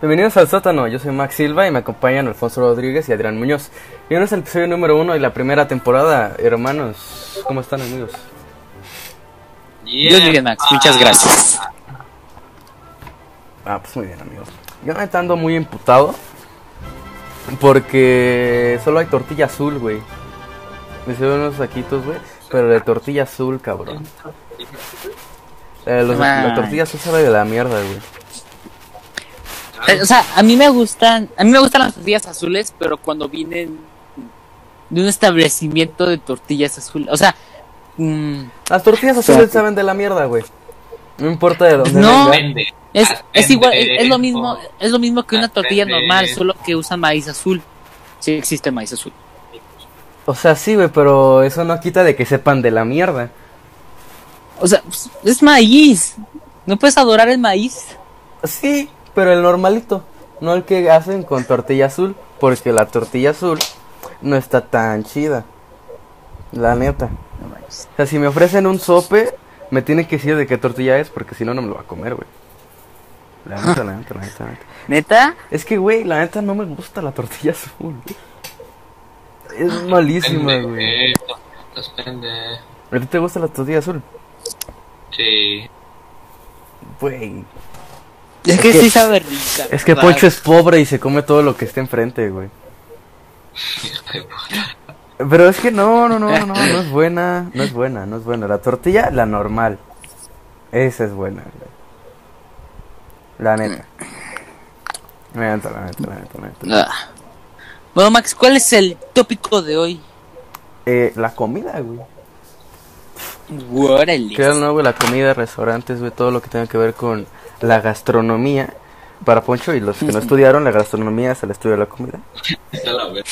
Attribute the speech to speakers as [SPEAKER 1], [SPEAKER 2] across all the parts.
[SPEAKER 1] Bienvenidos al sótano, yo soy Max Silva y me acompañan Alfonso Rodríguez y Adrián Muñoz. Y uno es el episodio número uno de la primera temporada. Hermanos, ¿cómo están amigos?
[SPEAKER 2] Yo bien, Max, muchas gracias.
[SPEAKER 1] Ah, pues muy bien amigos. Yo me ando muy imputado porque solo hay tortilla azul, güey. Me hicieron unos saquitos, güey, pero de tortilla azul, cabrón. Eh, los-
[SPEAKER 2] Man.
[SPEAKER 1] la tortilla azul sabe de la mierda, güey.
[SPEAKER 2] Eh, O sea, a mí me gustan, a mí me gustan las tortillas azules, pero cuando vienen de un establecimiento de tortillas azules, o sea, mm,
[SPEAKER 1] Las tortillas azules saben de la mierda, güey. No importa de dónde
[SPEAKER 2] No.
[SPEAKER 1] vengan.
[SPEAKER 3] Vende.
[SPEAKER 2] es,
[SPEAKER 3] Las
[SPEAKER 2] es igual,
[SPEAKER 3] vende,
[SPEAKER 2] es, es lo mismo,
[SPEAKER 3] o-
[SPEAKER 2] es lo mismo que una
[SPEAKER 3] las
[SPEAKER 2] tortilla
[SPEAKER 3] vende.
[SPEAKER 2] normal, solo que usa maíz azul. Sí existe maíz azul.
[SPEAKER 1] O sea, sí, güey, pero eso no quita de que sepan de la mierda.
[SPEAKER 2] O sea, pues, es maíz. No puedes adorar el maíz.
[SPEAKER 1] Sí, pero el normalito, no el que hacen con tortilla azul, porque la tortilla azul no está tan chida. La neta.
[SPEAKER 2] No mames.
[SPEAKER 1] O sea, si me ofrecen un sope, me tienen que decir de qué tortilla es, porque si no, no me lo va a comer, güey. La neta, la neta, la neta, la neta.
[SPEAKER 2] Neta,
[SPEAKER 1] Es que, güey, la neta no me gusta la tortilla azul. Es malísima,
[SPEAKER 3] Vende,
[SPEAKER 1] güey.
[SPEAKER 3] eh, Las vende.
[SPEAKER 1] ¿A ti te gusta la tortilla azul?
[SPEAKER 3] Sí.
[SPEAKER 1] Güey.
[SPEAKER 2] es que sí sabe rica.
[SPEAKER 1] Es que
[SPEAKER 2] ¿verdad?
[SPEAKER 1] Poncho es pobre y se come todo lo que esté enfrente, güey. Pero es que no, no, no, no, no es buena, no es buena, no es buena. La tortilla, la normal. Esa es buena, güey. La neta. La neta, la neta, la neta, la neta.
[SPEAKER 2] Ah. Bueno, Max, ¿cuál es el tópico de hoy?
[SPEAKER 1] Eh, la comida, güey.
[SPEAKER 2] Órale.
[SPEAKER 1] Claro, no, güey, la comida, restaurantes, güey, todo lo que tenga que ver con la gastronomía. Para Poncho y los que no estudiaron, la gastronomía es el estudio de la comida.
[SPEAKER 3] Está la verga.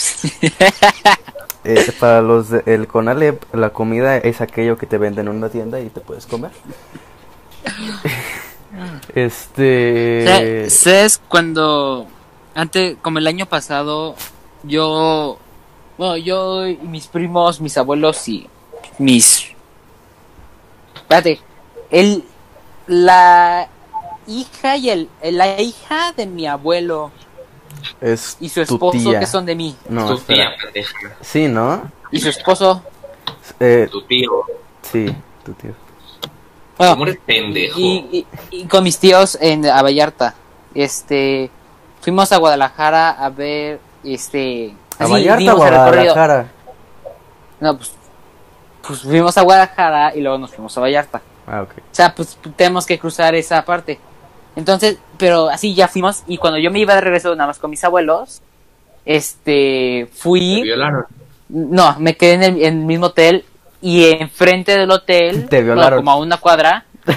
[SPEAKER 1] Eh, para los de- el Conalep, la comida es aquello que te venden en una tienda y te puedes comer. este. Eh,
[SPEAKER 2] Sa- ¿Sabes cuando antes, como el año pasado, yo, bueno, yo y mis primos, mis abuelos y mis, espérate, el, la hija y el, la hija de mi abuelo
[SPEAKER 1] Es
[SPEAKER 2] y su
[SPEAKER 1] tu
[SPEAKER 2] esposo
[SPEAKER 1] tía.
[SPEAKER 2] que son de mí
[SPEAKER 1] No,
[SPEAKER 3] tu
[SPEAKER 1] espera.
[SPEAKER 3] tía, pendeja.
[SPEAKER 1] Sí, ¿no?
[SPEAKER 2] y su esposo,
[SPEAKER 1] Eh,
[SPEAKER 3] Tu tío.
[SPEAKER 1] sí, tu tío.
[SPEAKER 2] bueno,
[SPEAKER 3] ¿Cómo eres pendejo?
[SPEAKER 2] y, y- y con mis tíos en a Vallarta, este, fuimos a Guadalajara a ver, este,
[SPEAKER 1] ¿A
[SPEAKER 2] así,
[SPEAKER 1] Vallarta o
[SPEAKER 2] dimos
[SPEAKER 1] a
[SPEAKER 2] el recorrido.
[SPEAKER 1] Guadalajara?
[SPEAKER 2] No, pues, pues fuimos a Guadalajara y luego nos fuimos a Vallarta.
[SPEAKER 1] Ah, ok.
[SPEAKER 2] O sea, pues tenemos que cruzar esa parte. Entonces, pero así ya fuimos y cuando yo me iba de regreso nada más con mis abuelos,
[SPEAKER 3] Te
[SPEAKER 2] este, fui,
[SPEAKER 3] violaron.
[SPEAKER 2] no, me quedé en el, en el mismo hotel y enfrente del hotel,
[SPEAKER 1] Te
[SPEAKER 2] bueno,
[SPEAKER 1] violaron.
[SPEAKER 2] como a una cuadra,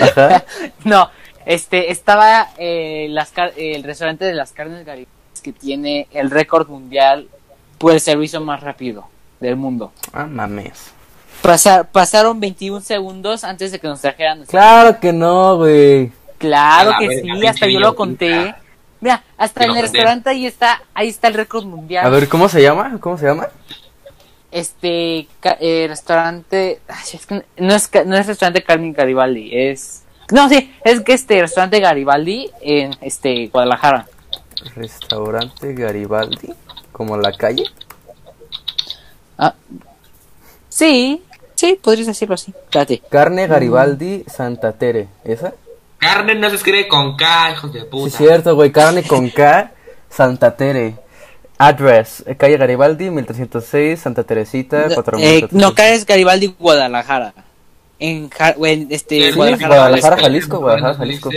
[SPEAKER 1] Ajá.
[SPEAKER 2] no, este, estaba eh, las car- eh, el restaurante de las carnes garibaldi que tiene el récord mundial por el servicio más rápido del mundo.
[SPEAKER 1] Ah, mames.
[SPEAKER 2] Pasar, pasaron 21 segundos antes de que nos trajeran. nuestro-
[SPEAKER 1] Claro que no, güey.
[SPEAKER 2] Claro
[SPEAKER 3] A
[SPEAKER 2] que
[SPEAKER 3] ver,
[SPEAKER 2] sí,
[SPEAKER 3] pinche
[SPEAKER 2] hasta yo lo
[SPEAKER 3] idiota.
[SPEAKER 2] conté. Mira, hasta
[SPEAKER 3] Yo
[SPEAKER 2] en
[SPEAKER 3] lo
[SPEAKER 2] el
[SPEAKER 3] conté.
[SPEAKER 2] restaurante ahí está, ahí está el récord mundial.
[SPEAKER 1] A ver, ¿cómo se llama? ¿Cómo se llama?
[SPEAKER 2] Este ca- eh, restaurante, ay, es que no es ca- no es restaurante Carmen Garibaldi, es no sí, es que este restaurante Garibaldi en este Guadalajara.
[SPEAKER 1] Restaurante Garibaldi. Como la calle.
[SPEAKER 2] Ah, sí, sí, podrías decirlo así. Espérate.
[SPEAKER 1] Carne Garibaldi Santa Tere. ¿Esa?
[SPEAKER 3] Carne no se escribe con K, hijos de
[SPEAKER 1] Sí,
[SPEAKER 3] puta.
[SPEAKER 1] cierto, güey. Carne con K, Santa Tere. Address, eh, calle Garibaldi, 1306, Santa Teresita,
[SPEAKER 2] No,
[SPEAKER 1] 4300.
[SPEAKER 2] eh, no caes Garibaldi Guadalajara. En, Ja- en, este
[SPEAKER 3] Pero-
[SPEAKER 2] Guadalajara.
[SPEAKER 1] Guadalajara, Jalisco, Guadalajara, Jalisco.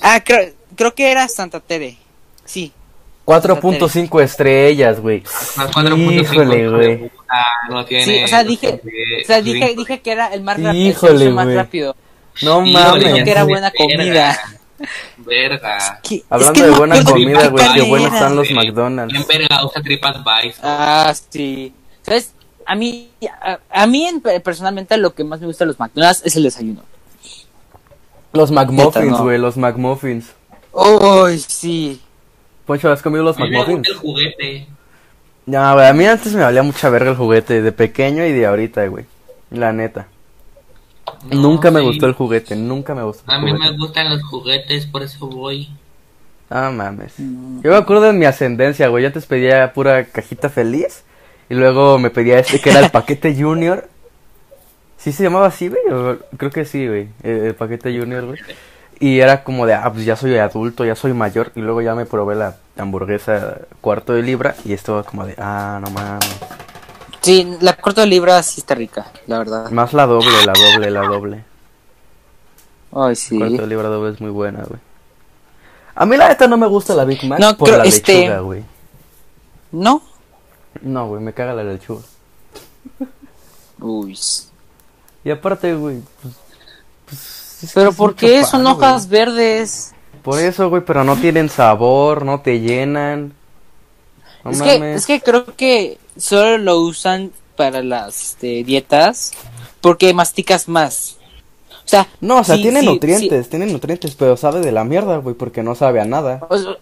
[SPEAKER 2] Ah, creo, creo que era Santa Tere. Sí.
[SPEAKER 1] 4.5 estrellas, güey.
[SPEAKER 3] Más 4.5,
[SPEAKER 1] Híjole,
[SPEAKER 3] hijo de
[SPEAKER 1] güey.
[SPEAKER 3] puta, No tiene.
[SPEAKER 2] Sí, o sea, dije,
[SPEAKER 3] Sí,
[SPEAKER 2] o sea,
[SPEAKER 3] sí.
[SPEAKER 2] dije, dije que era el más rápido.
[SPEAKER 1] Híjole,
[SPEAKER 2] el servicio más
[SPEAKER 1] güey.
[SPEAKER 2] rápido.
[SPEAKER 1] No
[SPEAKER 3] Híjole,
[SPEAKER 2] dijo
[SPEAKER 1] mames.
[SPEAKER 2] que era
[SPEAKER 3] sí,
[SPEAKER 2] buena comida.
[SPEAKER 3] Verga.
[SPEAKER 2] Que- es
[SPEAKER 1] Hablando
[SPEAKER 2] que no
[SPEAKER 1] de
[SPEAKER 2] me
[SPEAKER 1] buena
[SPEAKER 2] acuerdo
[SPEAKER 1] comida,
[SPEAKER 2] qué
[SPEAKER 1] güey,
[SPEAKER 2] tal
[SPEAKER 1] qué buenos
[SPEAKER 2] era.
[SPEAKER 1] están los
[SPEAKER 3] Sí. Bien
[SPEAKER 1] McDonald's.
[SPEAKER 3] verga, usa TripAdvisor.
[SPEAKER 2] Ah, sí. ¿Sabes? A mí, a, a mí en- personalmente lo que más me gusta de los McDonald's es el desayuno.
[SPEAKER 1] Los
[SPEAKER 2] Neta,
[SPEAKER 1] McMuffins,
[SPEAKER 2] no.
[SPEAKER 1] güey, los McMuffins.
[SPEAKER 2] Oh, sí.
[SPEAKER 1] Poncho, ¿has comido los
[SPEAKER 3] A mí me gusta el
[SPEAKER 1] McMuffins?
[SPEAKER 3] juguete.
[SPEAKER 1] No, güey, a mí antes me valía mucha verga el juguete, de pequeño y de ahorita, güey. La neta.
[SPEAKER 3] No,
[SPEAKER 1] nunca me
[SPEAKER 3] sí.
[SPEAKER 1] gustó el juguete, nunca me gustó el
[SPEAKER 3] A mí
[SPEAKER 1] juguete.
[SPEAKER 3] me gustan los juguetes, por eso voy.
[SPEAKER 1] No mames. Yo me acuerdo de mi ascendencia, güey. Yo antes pedía pura cajita feliz. Y luego me pedía este que era el paquete junior. ¿Sí se llamaba así, güey? O- Creo que sí, güey. El, el paquete junior, güey. Y era como de, ah, pues ya soy adulto, ya soy mayor. Y luego ya me probé la hamburguesa cuarto de libra. Y estaba como de, ah, no mames.
[SPEAKER 2] Sí, la corta de libra sí está rica, la verdad.
[SPEAKER 1] Más la doble, la doble, la doble.
[SPEAKER 2] Ay, sí.
[SPEAKER 1] Cuarto de libra doble es muy buena, güey. A mí la neta no me gusta la Big Mac
[SPEAKER 2] No,
[SPEAKER 1] por
[SPEAKER 2] creo-
[SPEAKER 1] la
[SPEAKER 2] este-
[SPEAKER 1] lechuga, güey.
[SPEAKER 2] ¿No?
[SPEAKER 1] No, güey, me caga la lechuga.
[SPEAKER 2] Uy.
[SPEAKER 1] Y aparte, güey, pues, pues, es que
[SPEAKER 2] Pero
[SPEAKER 1] es
[SPEAKER 2] ¿por
[SPEAKER 1] mucho
[SPEAKER 2] qué son
[SPEAKER 1] pan,
[SPEAKER 2] hojas verdes?
[SPEAKER 1] güey. Por eso, güey, pero no tienen sabor, no te llenan. No
[SPEAKER 2] es, que,
[SPEAKER 1] mames.
[SPEAKER 2] es que creo que solo lo usan para las este, dietas porque masticas más. O sea,
[SPEAKER 1] No, o sea,
[SPEAKER 2] sí,
[SPEAKER 1] tiene
[SPEAKER 2] sí,
[SPEAKER 1] nutrientes, tiene nutrientes, pero sabe de la mierda, güey, porque no sabe a nada.
[SPEAKER 2] sí. O, sea,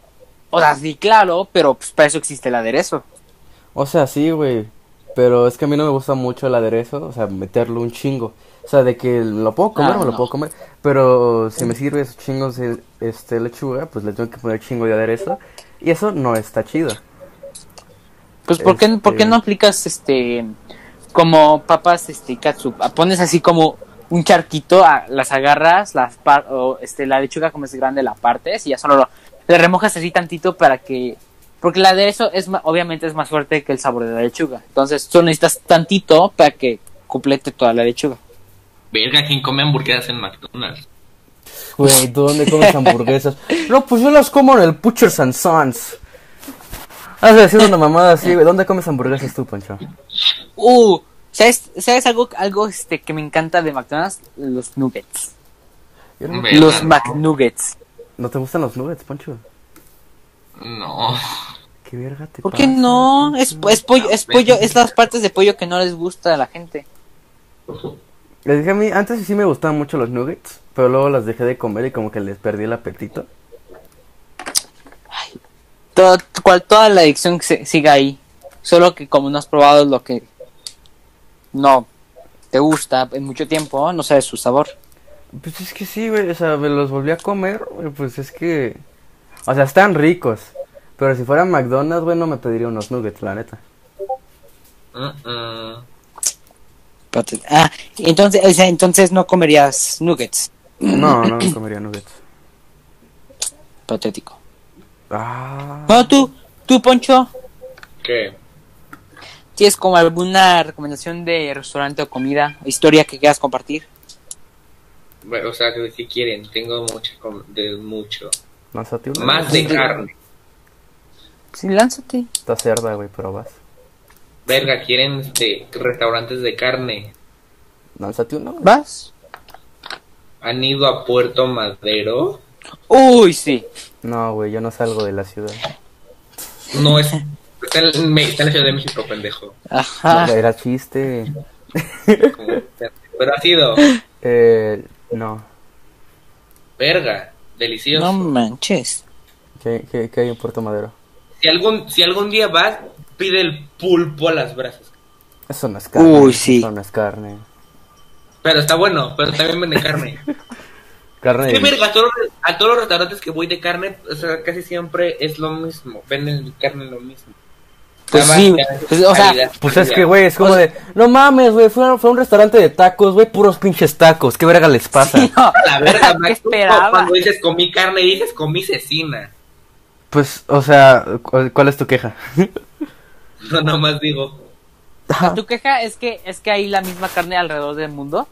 [SPEAKER 2] o sea, sí, claro, pero pues, para eso existe el aderezo.
[SPEAKER 1] O sea, sí, güey, pero es que a mí no me gusta mucho el aderezo, o sea, meterlo un chingo. O sea, de que lo puedo comer
[SPEAKER 2] Ah,
[SPEAKER 1] o lo
[SPEAKER 2] no.
[SPEAKER 1] puedo comer, pero si me sirve esos chingos de este, lechuga, pues le tengo que poner chingo de aderezo. Y eso no está chido.
[SPEAKER 2] Pues ¿por qué, ¿por qué
[SPEAKER 1] Este.
[SPEAKER 2] no aplicas este como papas este katsup? Pones así como un charquito, a- las agarras, las par- o, este la lechuga como es grande la partes y ya solo lo, le remojas así tantito para que porque el aderezo es ma- obviamente es más fuerte que el sabor de la lechuga. Entonces, solo necesitas tantito para que complete toda la lechuga.
[SPEAKER 3] Verga, ¿quién come hamburguesas en McDonald's?
[SPEAKER 1] Güey, ¿dónde comes hamburguesas? No, pues yo las como en el Butchers and Sons. Has de decir una mamada así, güey. ¿Dónde comes hamburguesas tú, Pancho?
[SPEAKER 2] Uh, ¿sabes, sabes algo algo este que me encanta de McDonald's? Los nuggets.
[SPEAKER 1] Yo no-
[SPEAKER 3] Verga,
[SPEAKER 2] Los
[SPEAKER 3] no.
[SPEAKER 2] McNuggets.
[SPEAKER 1] ¿No te gustan los nuggets, Pancho?
[SPEAKER 3] No.
[SPEAKER 1] ¿Qué verga te
[SPEAKER 2] ¿Por qué
[SPEAKER 1] pasa?
[SPEAKER 2] no? Es, es pollo, es pollo, es las partes de pollo que no les gusta a la gente.
[SPEAKER 1] Les dije a mí, antes sí me gustaban mucho los nuggets, pero luego las dejé de comer y como que les perdí el apetito.
[SPEAKER 2] Toda, cual, toda la adicción que se- siga ahí. Solo que como no has probado lo que no te gusta en mucho tiempo, no sabes su sabor.
[SPEAKER 1] Pues es que sí, güey, o sea, me los volví a comer, güey, pues es que... O sea, están ricos, pero si fuera McDonald's, güey, no me pediría unos nuggets, la neta.
[SPEAKER 3] Mm, mm.
[SPEAKER 2] Pero te- Ah, entonces, o sea, entonces no comerías nuggets.
[SPEAKER 1] No, no me comería nuggets.
[SPEAKER 2] Patético.
[SPEAKER 1] Ah...
[SPEAKER 2] Bueno, tú, tú, Poncho,
[SPEAKER 3] ¿Qué?
[SPEAKER 2] ¿tienes como alguna recomendación de restaurante o comida, historia que quieras compartir?
[SPEAKER 3] Bueno, o sea, ¿de qué quieren? Tengo mucho, com- de mucho.
[SPEAKER 1] Lánzate una.
[SPEAKER 3] Más de carne.
[SPEAKER 2] Sí, lánzate.
[SPEAKER 1] Esta cerda, güey, pero vas.
[SPEAKER 3] Verga, quieren este, restaurantes de carne.
[SPEAKER 1] Lánzate uno. güey.
[SPEAKER 2] ¿Vas?
[SPEAKER 3] ¿Han ido a Puerto Madero?
[SPEAKER 2] Uy, sí.
[SPEAKER 1] No, güey, yo no salgo de la ciudad.
[SPEAKER 3] No es. Está en, me- está en la Ciudad de México, pendejo.
[SPEAKER 2] Ajá.
[SPEAKER 1] No, Era chiste.
[SPEAKER 3] Como- pero ha sido.
[SPEAKER 1] Eh, no.
[SPEAKER 3] Verga, delicioso.
[SPEAKER 2] No manches.
[SPEAKER 1] ¿Qué, qué, qué hay en Puerto Madero?
[SPEAKER 3] Si, algún, si algún día vas, pide el pulpo a las brasas.
[SPEAKER 1] Eso no es carne.
[SPEAKER 2] Uy, sí.
[SPEAKER 1] Eso no es carne.
[SPEAKER 3] Pero está bueno, pero también vende carne.
[SPEAKER 1] Carne
[SPEAKER 3] Sí,
[SPEAKER 1] de...
[SPEAKER 3] verga, a todos, los- a todos los restaurantes que voy de carne, o sea, casi siempre es lo mismo. Venden carne lo mismo.
[SPEAKER 2] Pues
[SPEAKER 3] Nada
[SPEAKER 2] sí,
[SPEAKER 3] más que
[SPEAKER 2] pues, o sea,
[SPEAKER 3] calidad,
[SPEAKER 1] Pues es
[SPEAKER 3] calidad.
[SPEAKER 1] que, güey, es como de... No mames, güey, fue, a- fue a un restaurante de tacos, güey, puros pinches tacos. ¿Qué verga les pasa?
[SPEAKER 2] No,
[SPEAKER 3] La verga,
[SPEAKER 2] ¿Qué
[SPEAKER 3] Max, tú
[SPEAKER 2] esperaba?
[SPEAKER 3] Cuando dices comí carne, dices comí cecina.
[SPEAKER 1] Pues, o sea, ¿cu- ¿cuál es tu queja?
[SPEAKER 3] No, nomás digo,
[SPEAKER 2] tu queja es que es que hay la misma carne alrededor del mundo.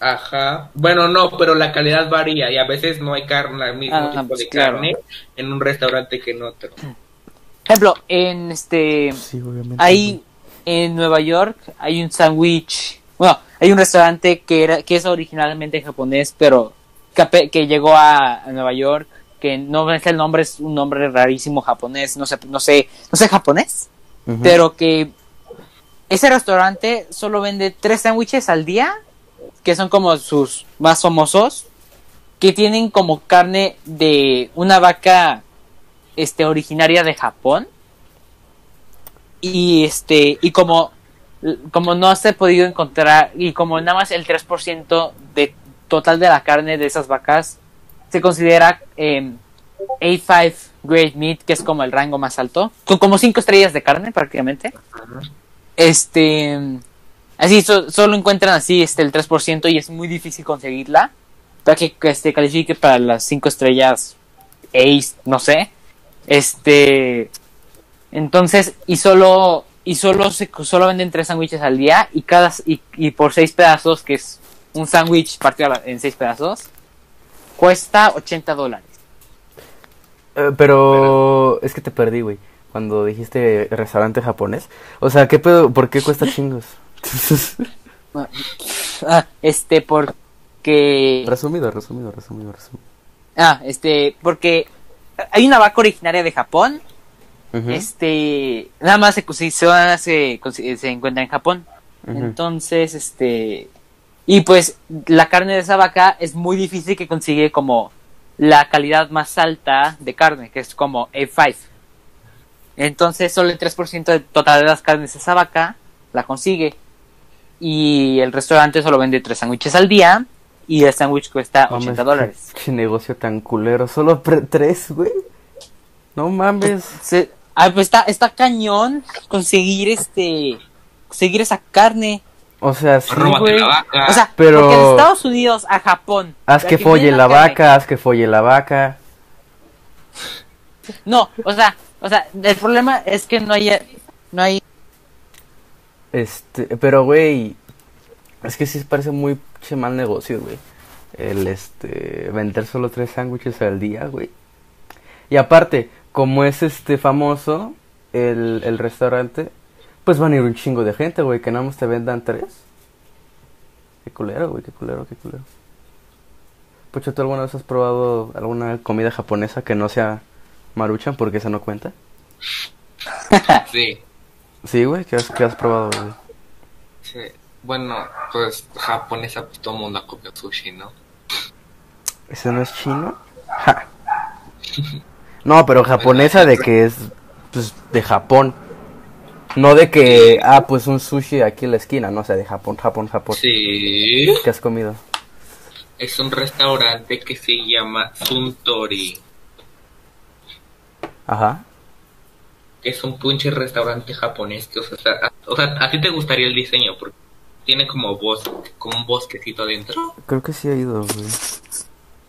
[SPEAKER 3] ajá. Bueno, no, pero la calidad varía y a veces no hay carne, el mismo
[SPEAKER 2] Ah,
[SPEAKER 3] tipo
[SPEAKER 2] pues
[SPEAKER 3] de
[SPEAKER 2] claro.
[SPEAKER 3] carne en un restaurante que en otro.
[SPEAKER 2] Ejemplo, en este
[SPEAKER 1] Sí, obviamente.
[SPEAKER 2] hay en Nueva York hay un sándwich, bueno, hay un restaurante que era que es originalmente japonés, pero que, ape- que llegó a, a Nueva York, que no es el nombre, es un nombre rarísimo japonés, no sé, no sé, no sé japonés.
[SPEAKER 1] Ujú.
[SPEAKER 2] pero que ese restaurante solo vende tres sándwiches al día, que son como sus más famosos, que tienen como carne de una vaca este originaria de Japón. Y este y como como no se ha podido encontrar y como nada más el 3% de total de la carne de esas vacas se considera eh, A5 Great Meat, que es como el rango más alto, con como cinco estrellas de carne prácticamente. Este, así so- solo encuentran así este el 3% y es muy difícil conseguirla para que este califique para las cinco estrellas Ace, no sé. Este, entonces y solo y solo se solo venden tres sándwiches al día y cada y, y por seis pedazos, que es un sándwich partido a la- en seis pedazos, cuesta 80 dólares.
[SPEAKER 1] Eh, pero es que te perdí, güey. Cuando dijiste restaurante japonés. O sea, ¿qué pedo? ¿Por qué cuesta chingos?
[SPEAKER 2] Ah, este, porque.
[SPEAKER 1] resumido, resumido, resumido, resumido.
[SPEAKER 2] Ah, este, porque hay una vaca originaria de Japón.
[SPEAKER 1] Ujú,
[SPEAKER 2] Este, nada más se, se, se, se- se encuentra en Japón.
[SPEAKER 1] ujú.
[SPEAKER 2] Entonces, este. Y pues la carne de esa vaca es muy difícil que consigue como la calidad más alta de carne, que es como A5. Entonces, solo el 3% del total de las carnes de esa vaca la consigue. Y el restaurante solo vende tres sándwiches al día. Y el sándwich cuesta
[SPEAKER 1] Mames,
[SPEAKER 2] 80 dólares.
[SPEAKER 1] Qué, qué negocio tan culero. Solo pre- tres, güey. No mames.
[SPEAKER 2] Se- ah, pues está, está cañón conseguir este. Conseguir esa carne.
[SPEAKER 1] O sea, sí.
[SPEAKER 3] Pues Róbate
[SPEAKER 1] güey.
[SPEAKER 3] la vaca.
[SPEAKER 2] O sea,
[SPEAKER 1] Pero-
[SPEAKER 2] porque de Estados Unidos a Japón.
[SPEAKER 1] Haz que
[SPEAKER 2] que
[SPEAKER 1] folle
[SPEAKER 2] venden
[SPEAKER 1] la
[SPEAKER 2] carne-
[SPEAKER 1] vaca, haz que folle la vaca.
[SPEAKER 2] No, o sea, o sea, el problema es que no hay, no hay,
[SPEAKER 1] Este, pero güey, es que sí parece muy che mal negocio, güey. El este vender solo tres sándwiches al día, güey. Y aparte, como es este famoso el, el restaurante, pues van a ir un chingo de gente, güey, que nada más te vendan tres. Qué culero, güey, qué culero, qué culero. Pocho, ¿tú alguna vez has probado alguna comida japonesa que no sea maruchan porque esa no cuenta?
[SPEAKER 3] Sí,
[SPEAKER 1] Sí, güey, ¿qué has, qué has probado, güey?
[SPEAKER 3] sí. Bueno, pues japonesa, pues todo el mundo ha comido sushi, ¿no?
[SPEAKER 1] ¿Ese no es chino? Ja. No, pero japonesa de que es pues, de Japón. No de que, ah, pues un sushi aquí en la esquina, no, o sea, de Japón, Japón, Japón.
[SPEAKER 3] Sí.
[SPEAKER 1] ¿Qué has comido?
[SPEAKER 3] Es un restaurante que se llama Suntory.
[SPEAKER 1] Ajá.
[SPEAKER 3] que es un pinche restaurante japonés que o sea, está- o sea, a ti te gustaría el diseño porque tiene como bosque, como un bosquecito adentro.
[SPEAKER 1] Creo que sí he ido, güey.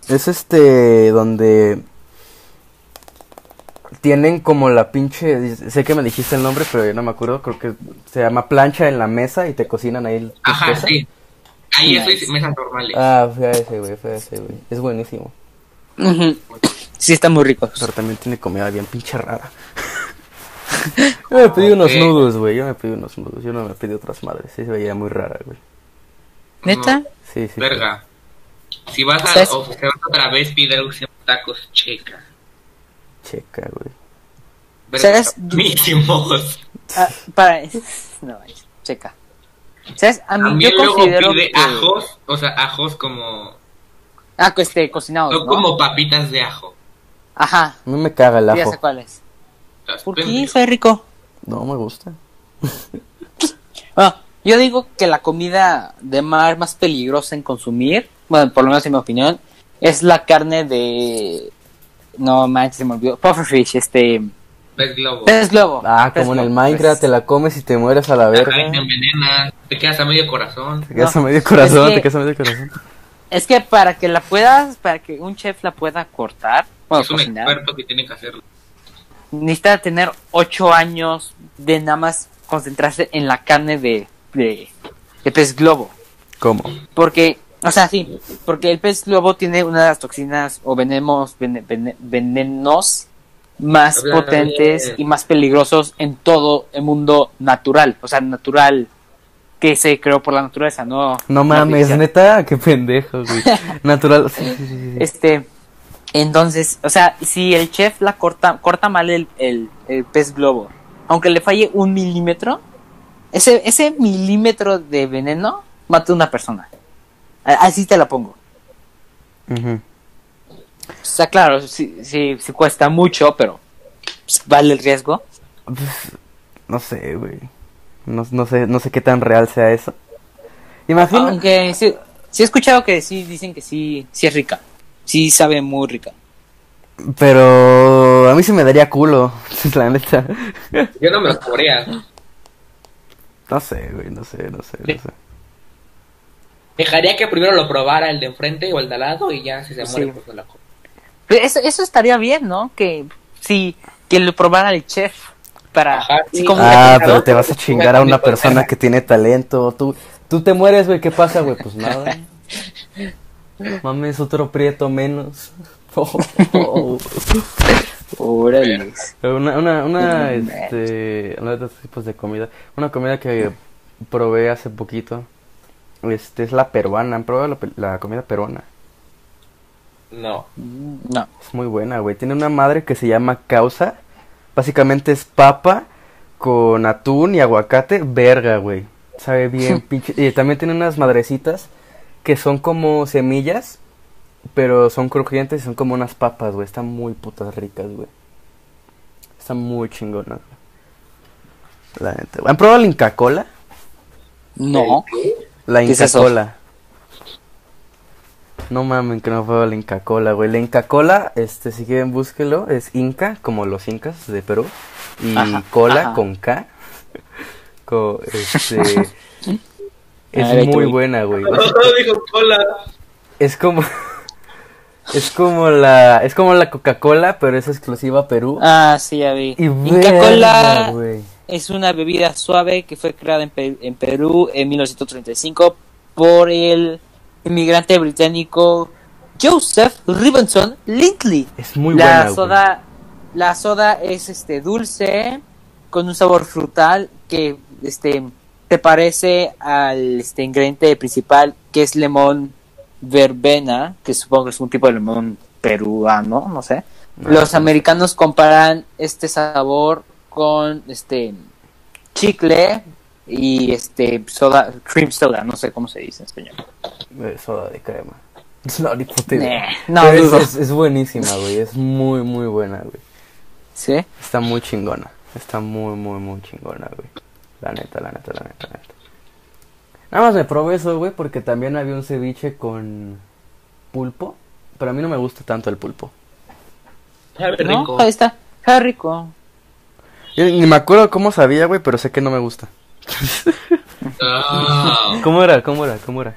[SPEAKER 1] Es este donde tienen como la pinche, sé que me dijiste el nombre, pero yo no me acuerdo, creo que se llama plancha en la mesa y te cocinan ahí tus
[SPEAKER 3] Ajá,
[SPEAKER 1] cosas.
[SPEAKER 3] sí. Ahí eso
[SPEAKER 2] Nice.
[SPEAKER 3] es mesas normales.
[SPEAKER 1] Ah, fue a ese, güey, fue a ese, güey. Es buenísimo.
[SPEAKER 2] sí están muy ricos.
[SPEAKER 1] Pero Pues también tiene comida bien pinche rara. yo me pedí unos
[SPEAKER 3] Ok.
[SPEAKER 1] nudos, güey. Yo me pedí unos nudos. Yo no me pedí otras madres. Sí, se veía muy rara, güey.
[SPEAKER 2] ¿Neta?
[SPEAKER 3] No,
[SPEAKER 1] Sí, sí. sí.
[SPEAKER 3] verga. Si vas a,
[SPEAKER 2] ¿Sabes?
[SPEAKER 3] o si vas otra vez pide algo que se llama tacos checa.
[SPEAKER 1] Checa, güey.
[SPEAKER 3] Verga,
[SPEAKER 2] ¿Sabes?
[SPEAKER 3] están buenísimos.
[SPEAKER 2] Ah, para, no, manches, checa. ¿Sabes? A mí,
[SPEAKER 3] También
[SPEAKER 2] yo
[SPEAKER 3] luego
[SPEAKER 2] considero
[SPEAKER 3] pide
[SPEAKER 2] que-
[SPEAKER 3] ajos, o sea, ajos como
[SPEAKER 2] Ah, que este, cocinados,
[SPEAKER 3] no
[SPEAKER 2] ¿no?
[SPEAKER 3] como papitas de ajo.
[SPEAKER 2] Ajá,
[SPEAKER 1] A mí me caga el
[SPEAKER 2] sí, ya
[SPEAKER 1] ajo.
[SPEAKER 2] sé cuál es.
[SPEAKER 3] Las
[SPEAKER 2] ¿Por qué?
[SPEAKER 3] pendejas.
[SPEAKER 2] Soy rico.
[SPEAKER 1] No me gusta.
[SPEAKER 2] Bueno, yo digo que la comida de mar más peligrosa en consumir, bueno, por lo menos en mi opinión, es la carne de... No manches, se me olvidó. Pufferfish, este...
[SPEAKER 3] Ves globo.
[SPEAKER 2] Pez globo.
[SPEAKER 1] Ah,
[SPEAKER 2] Pez
[SPEAKER 1] como en el
[SPEAKER 2] globo,
[SPEAKER 1] Minecraft
[SPEAKER 2] pez.
[SPEAKER 1] te la comes y te mueres a la
[SPEAKER 3] Te
[SPEAKER 1] verga.
[SPEAKER 3] envenenas, te quedas a medio corazón.
[SPEAKER 1] Te quedas a
[SPEAKER 2] No,
[SPEAKER 1] medio corazón,
[SPEAKER 2] es que-
[SPEAKER 1] te quedas a medio corazón.
[SPEAKER 2] Es que para que la puedas, para que un chef la pueda cortar, bueno,
[SPEAKER 3] es un
[SPEAKER 2] cocinar,
[SPEAKER 3] experto que tiene que hacerlo.
[SPEAKER 2] necesita tener ocho años de nada más concentrarse en la carne de, de, de pez globo.
[SPEAKER 1] ¿Cómo?
[SPEAKER 2] Porque, o sea, sí, porque el pez globo tiene una de las toxinas o venenos, vene- vene- venenos más
[SPEAKER 3] Habla
[SPEAKER 2] potentes
[SPEAKER 3] bien.
[SPEAKER 2] y más peligrosos en todo el mundo natural, o sea, natural que se creó por la naturaleza, no.
[SPEAKER 1] No mames,
[SPEAKER 2] artificial.
[SPEAKER 1] neta, qué pendejo, güey. Natural. Sí, sí, sí, sí, sí.
[SPEAKER 2] Este, entonces, o sea, si el chef la corta, corta mal el, el- el pez globo, aunque le falle un milímetro, ese, ese milímetro de veneno mata a una persona. A- Así te la pongo.
[SPEAKER 1] Ujú.
[SPEAKER 2] O sea, claro, sí, sí, sí cuesta mucho, pero pues, vale el riesgo.
[SPEAKER 1] Pues, no sé, güey. No, no sé, no sé qué tan real sea eso. Imagina.
[SPEAKER 2] Aunque sí, sí he escuchado que sí dicen que sí, sí es rica. Sí sabe muy rica.
[SPEAKER 1] Pero a mí se me daría culo, la neta.
[SPEAKER 3] Yo no me lo corea.
[SPEAKER 1] No sé, güey, no sé, no sé, no sé.
[SPEAKER 3] Dejaría que primero lo probara el de enfrente o el de al lado y ya si se muere,
[SPEAKER 2] Sí.
[SPEAKER 3] pues no la como.
[SPEAKER 2] Eso, eso estaría bien, ¿no? Que si que lo probara el chef para
[SPEAKER 3] Ajá,
[SPEAKER 2] así
[SPEAKER 3] sí.
[SPEAKER 2] como
[SPEAKER 1] Ah,
[SPEAKER 2] una
[SPEAKER 1] pero
[SPEAKER 2] cocadora.
[SPEAKER 1] te vas a chingar a una persona que tiene talento. Tú, tú te mueres, güey, ¿qué pasa, güey? Pues nada. Mames, otro prieto menos. Oh,
[SPEAKER 2] Órale.
[SPEAKER 1] Una, una, una, este, uno de los tipos de comida. Una comida que probé hace poquito. Este es la peruana. ¿Han probado la, pe- la comida peruana?
[SPEAKER 3] No.
[SPEAKER 2] No.
[SPEAKER 1] Es muy buena, güey. Tiene una madre que se llama causa. Básicamente es papa con atún y aguacate. Verga, güey. Sabe bien, pinche. Y también tiene unas madrecitas que son como semillas, pero son crujientes y son como unas papas, güey. Están muy putas ricas, güey. Están muy chingonas, güey. La neta. güey. ¿Han probado la Inca Cola?
[SPEAKER 2] No.
[SPEAKER 1] La
[SPEAKER 2] ¿Qué es
[SPEAKER 1] Inca
[SPEAKER 2] eso?
[SPEAKER 1] Cola. No mamen que no fue la Inca Cola, güey. La Inca Cola, este, si quieren búsquelo, es Inca, como los incas de Perú. Y
[SPEAKER 2] Ajá,
[SPEAKER 1] cola
[SPEAKER 2] ajá.
[SPEAKER 1] con K. Co- este, es
[SPEAKER 2] Ay, qué
[SPEAKER 1] muy
[SPEAKER 2] bonito.
[SPEAKER 1] buena, güey.
[SPEAKER 3] dijo cola.
[SPEAKER 1] Es como. Es como la. Es como la Coca-Cola, pero es exclusiva a Perú.
[SPEAKER 2] Ah, sí, ya vi.
[SPEAKER 1] y
[SPEAKER 2] Inca
[SPEAKER 1] verga,
[SPEAKER 2] Cola
[SPEAKER 1] güey.
[SPEAKER 2] es una bebida suave que fue creada en, Pe- en Perú en 1935 por el inmigrante británico Joseph Rivenson Lindley.
[SPEAKER 1] Es muy
[SPEAKER 2] la
[SPEAKER 1] buena, güey.
[SPEAKER 2] soda la soda es este dulce con un sabor frutal que este te parece al este ingrediente principal que es limón verbena que supongo que es un tipo de limón peruano no sé
[SPEAKER 1] Ah,
[SPEAKER 2] los
[SPEAKER 1] sí.
[SPEAKER 2] americanos comparan este sabor con este chicle y este soda cream soda no sé cómo se dice en español
[SPEAKER 1] Eh, soda de crema. No, ni puta idea.
[SPEAKER 2] Nah, no,
[SPEAKER 1] Pero es-
[SPEAKER 2] dudo.
[SPEAKER 1] es, es buenísima, güey. Es muy, muy buena, güey.
[SPEAKER 2] sí
[SPEAKER 1] Está muy chingona. Está muy, muy, muy chingona, güey. La neta, la neta, la neta, la neta. Nada más me probé eso, güey, porque también había un ceviche con pulpo. Pero a mí no me gusta tanto el pulpo.
[SPEAKER 3] Sabe
[SPEAKER 2] ¿No?
[SPEAKER 3] rico.
[SPEAKER 2] ahí está está rico
[SPEAKER 1] Yo ni me acuerdo cómo sabía, güey, pero sé que no me gusta.
[SPEAKER 3] No.
[SPEAKER 1] ¿Cómo era? ¿Cómo era? ¿Cómo era?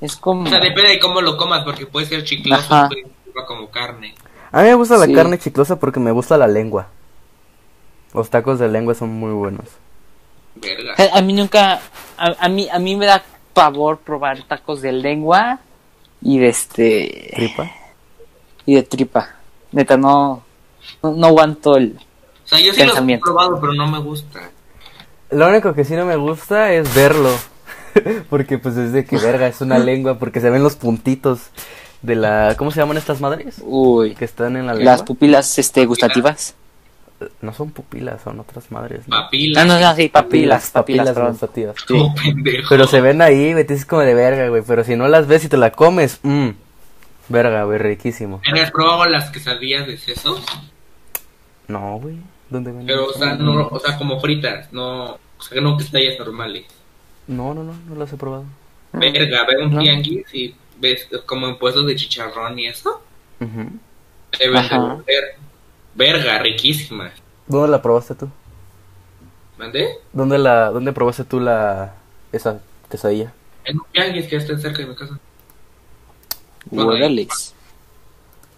[SPEAKER 2] es como
[SPEAKER 3] Ah. O sea, depende de cómo lo comas, porque puede ser chicloso,
[SPEAKER 2] Ajá.
[SPEAKER 3] puede ser como carne.
[SPEAKER 1] A mí me gusta la
[SPEAKER 2] Sí.
[SPEAKER 1] carne chiclosa porque me gusta la lengua. Los tacos de lengua son muy buenos.
[SPEAKER 3] Verga.
[SPEAKER 2] Eh, A, a mí nunca, a, a mí, a mí me da pavor probar tacos de lengua y de este
[SPEAKER 1] ¿Tripa?
[SPEAKER 2] y de tripa. Neta no, no, no aguanto el.
[SPEAKER 3] O sea, yo sí los he
[SPEAKER 2] Pensamiento.
[SPEAKER 3] probado, pero no me gusta.
[SPEAKER 1] Lo único que sí no me gusta es verlo. porque pues es de que verga, es una lengua, porque se ven los puntitos de la... ¿Cómo se llaman estas madres?
[SPEAKER 2] Uy.
[SPEAKER 1] Que están en la lengua.
[SPEAKER 2] Las pupilas este gustativas.
[SPEAKER 1] No son pupilas, son otras madres. ¿no?
[SPEAKER 2] Ah,
[SPEAKER 3] Papila.
[SPEAKER 2] no, no, sí, papilas, papilas,
[SPEAKER 1] papilas
[SPEAKER 2] perdón.
[SPEAKER 1] gustativas.
[SPEAKER 3] Oh, pendejo.
[SPEAKER 1] Pero se ven ahí, güey, te dices como de verga, güey. Pero si no las ves y te la comes, mmm. Verga, güey, riquísimo.
[SPEAKER 3] ¿Has probado las quesadillas de sesos?
[SPEAKER 1] No, güey. ¿Dónde ven?
[SPEAKER 3] Pero, o sea, no, o sea, como fritas, no, o sea, no quesadillas normales.
[SPEAKER 1] No, no, no, no las he probado.
[SPEAKER 3] Verga, ve un
[SPEAKER 1] Ah, No.
[SPEAKER 3] tianguis y ves como en puestos de chicharrón y eso.
[SPEAKER 1] Ujú.
[SPEAKER 3] Te venden
[SPEAKER 2] Ajá.
[SPEAKER 3] ver- verga, riquísima.
[SPEAKER 1] ¿Dónde la probaste tú?
[SPEAKER 3] ¿Mandé?
[SPEAKER 1] ¿Dónde la, dónde probaste tú la, esa quesadilla?
[SPEAKER 3] En un tianguis que está cerca de mi casa.
[SPEAKER 2] Órale.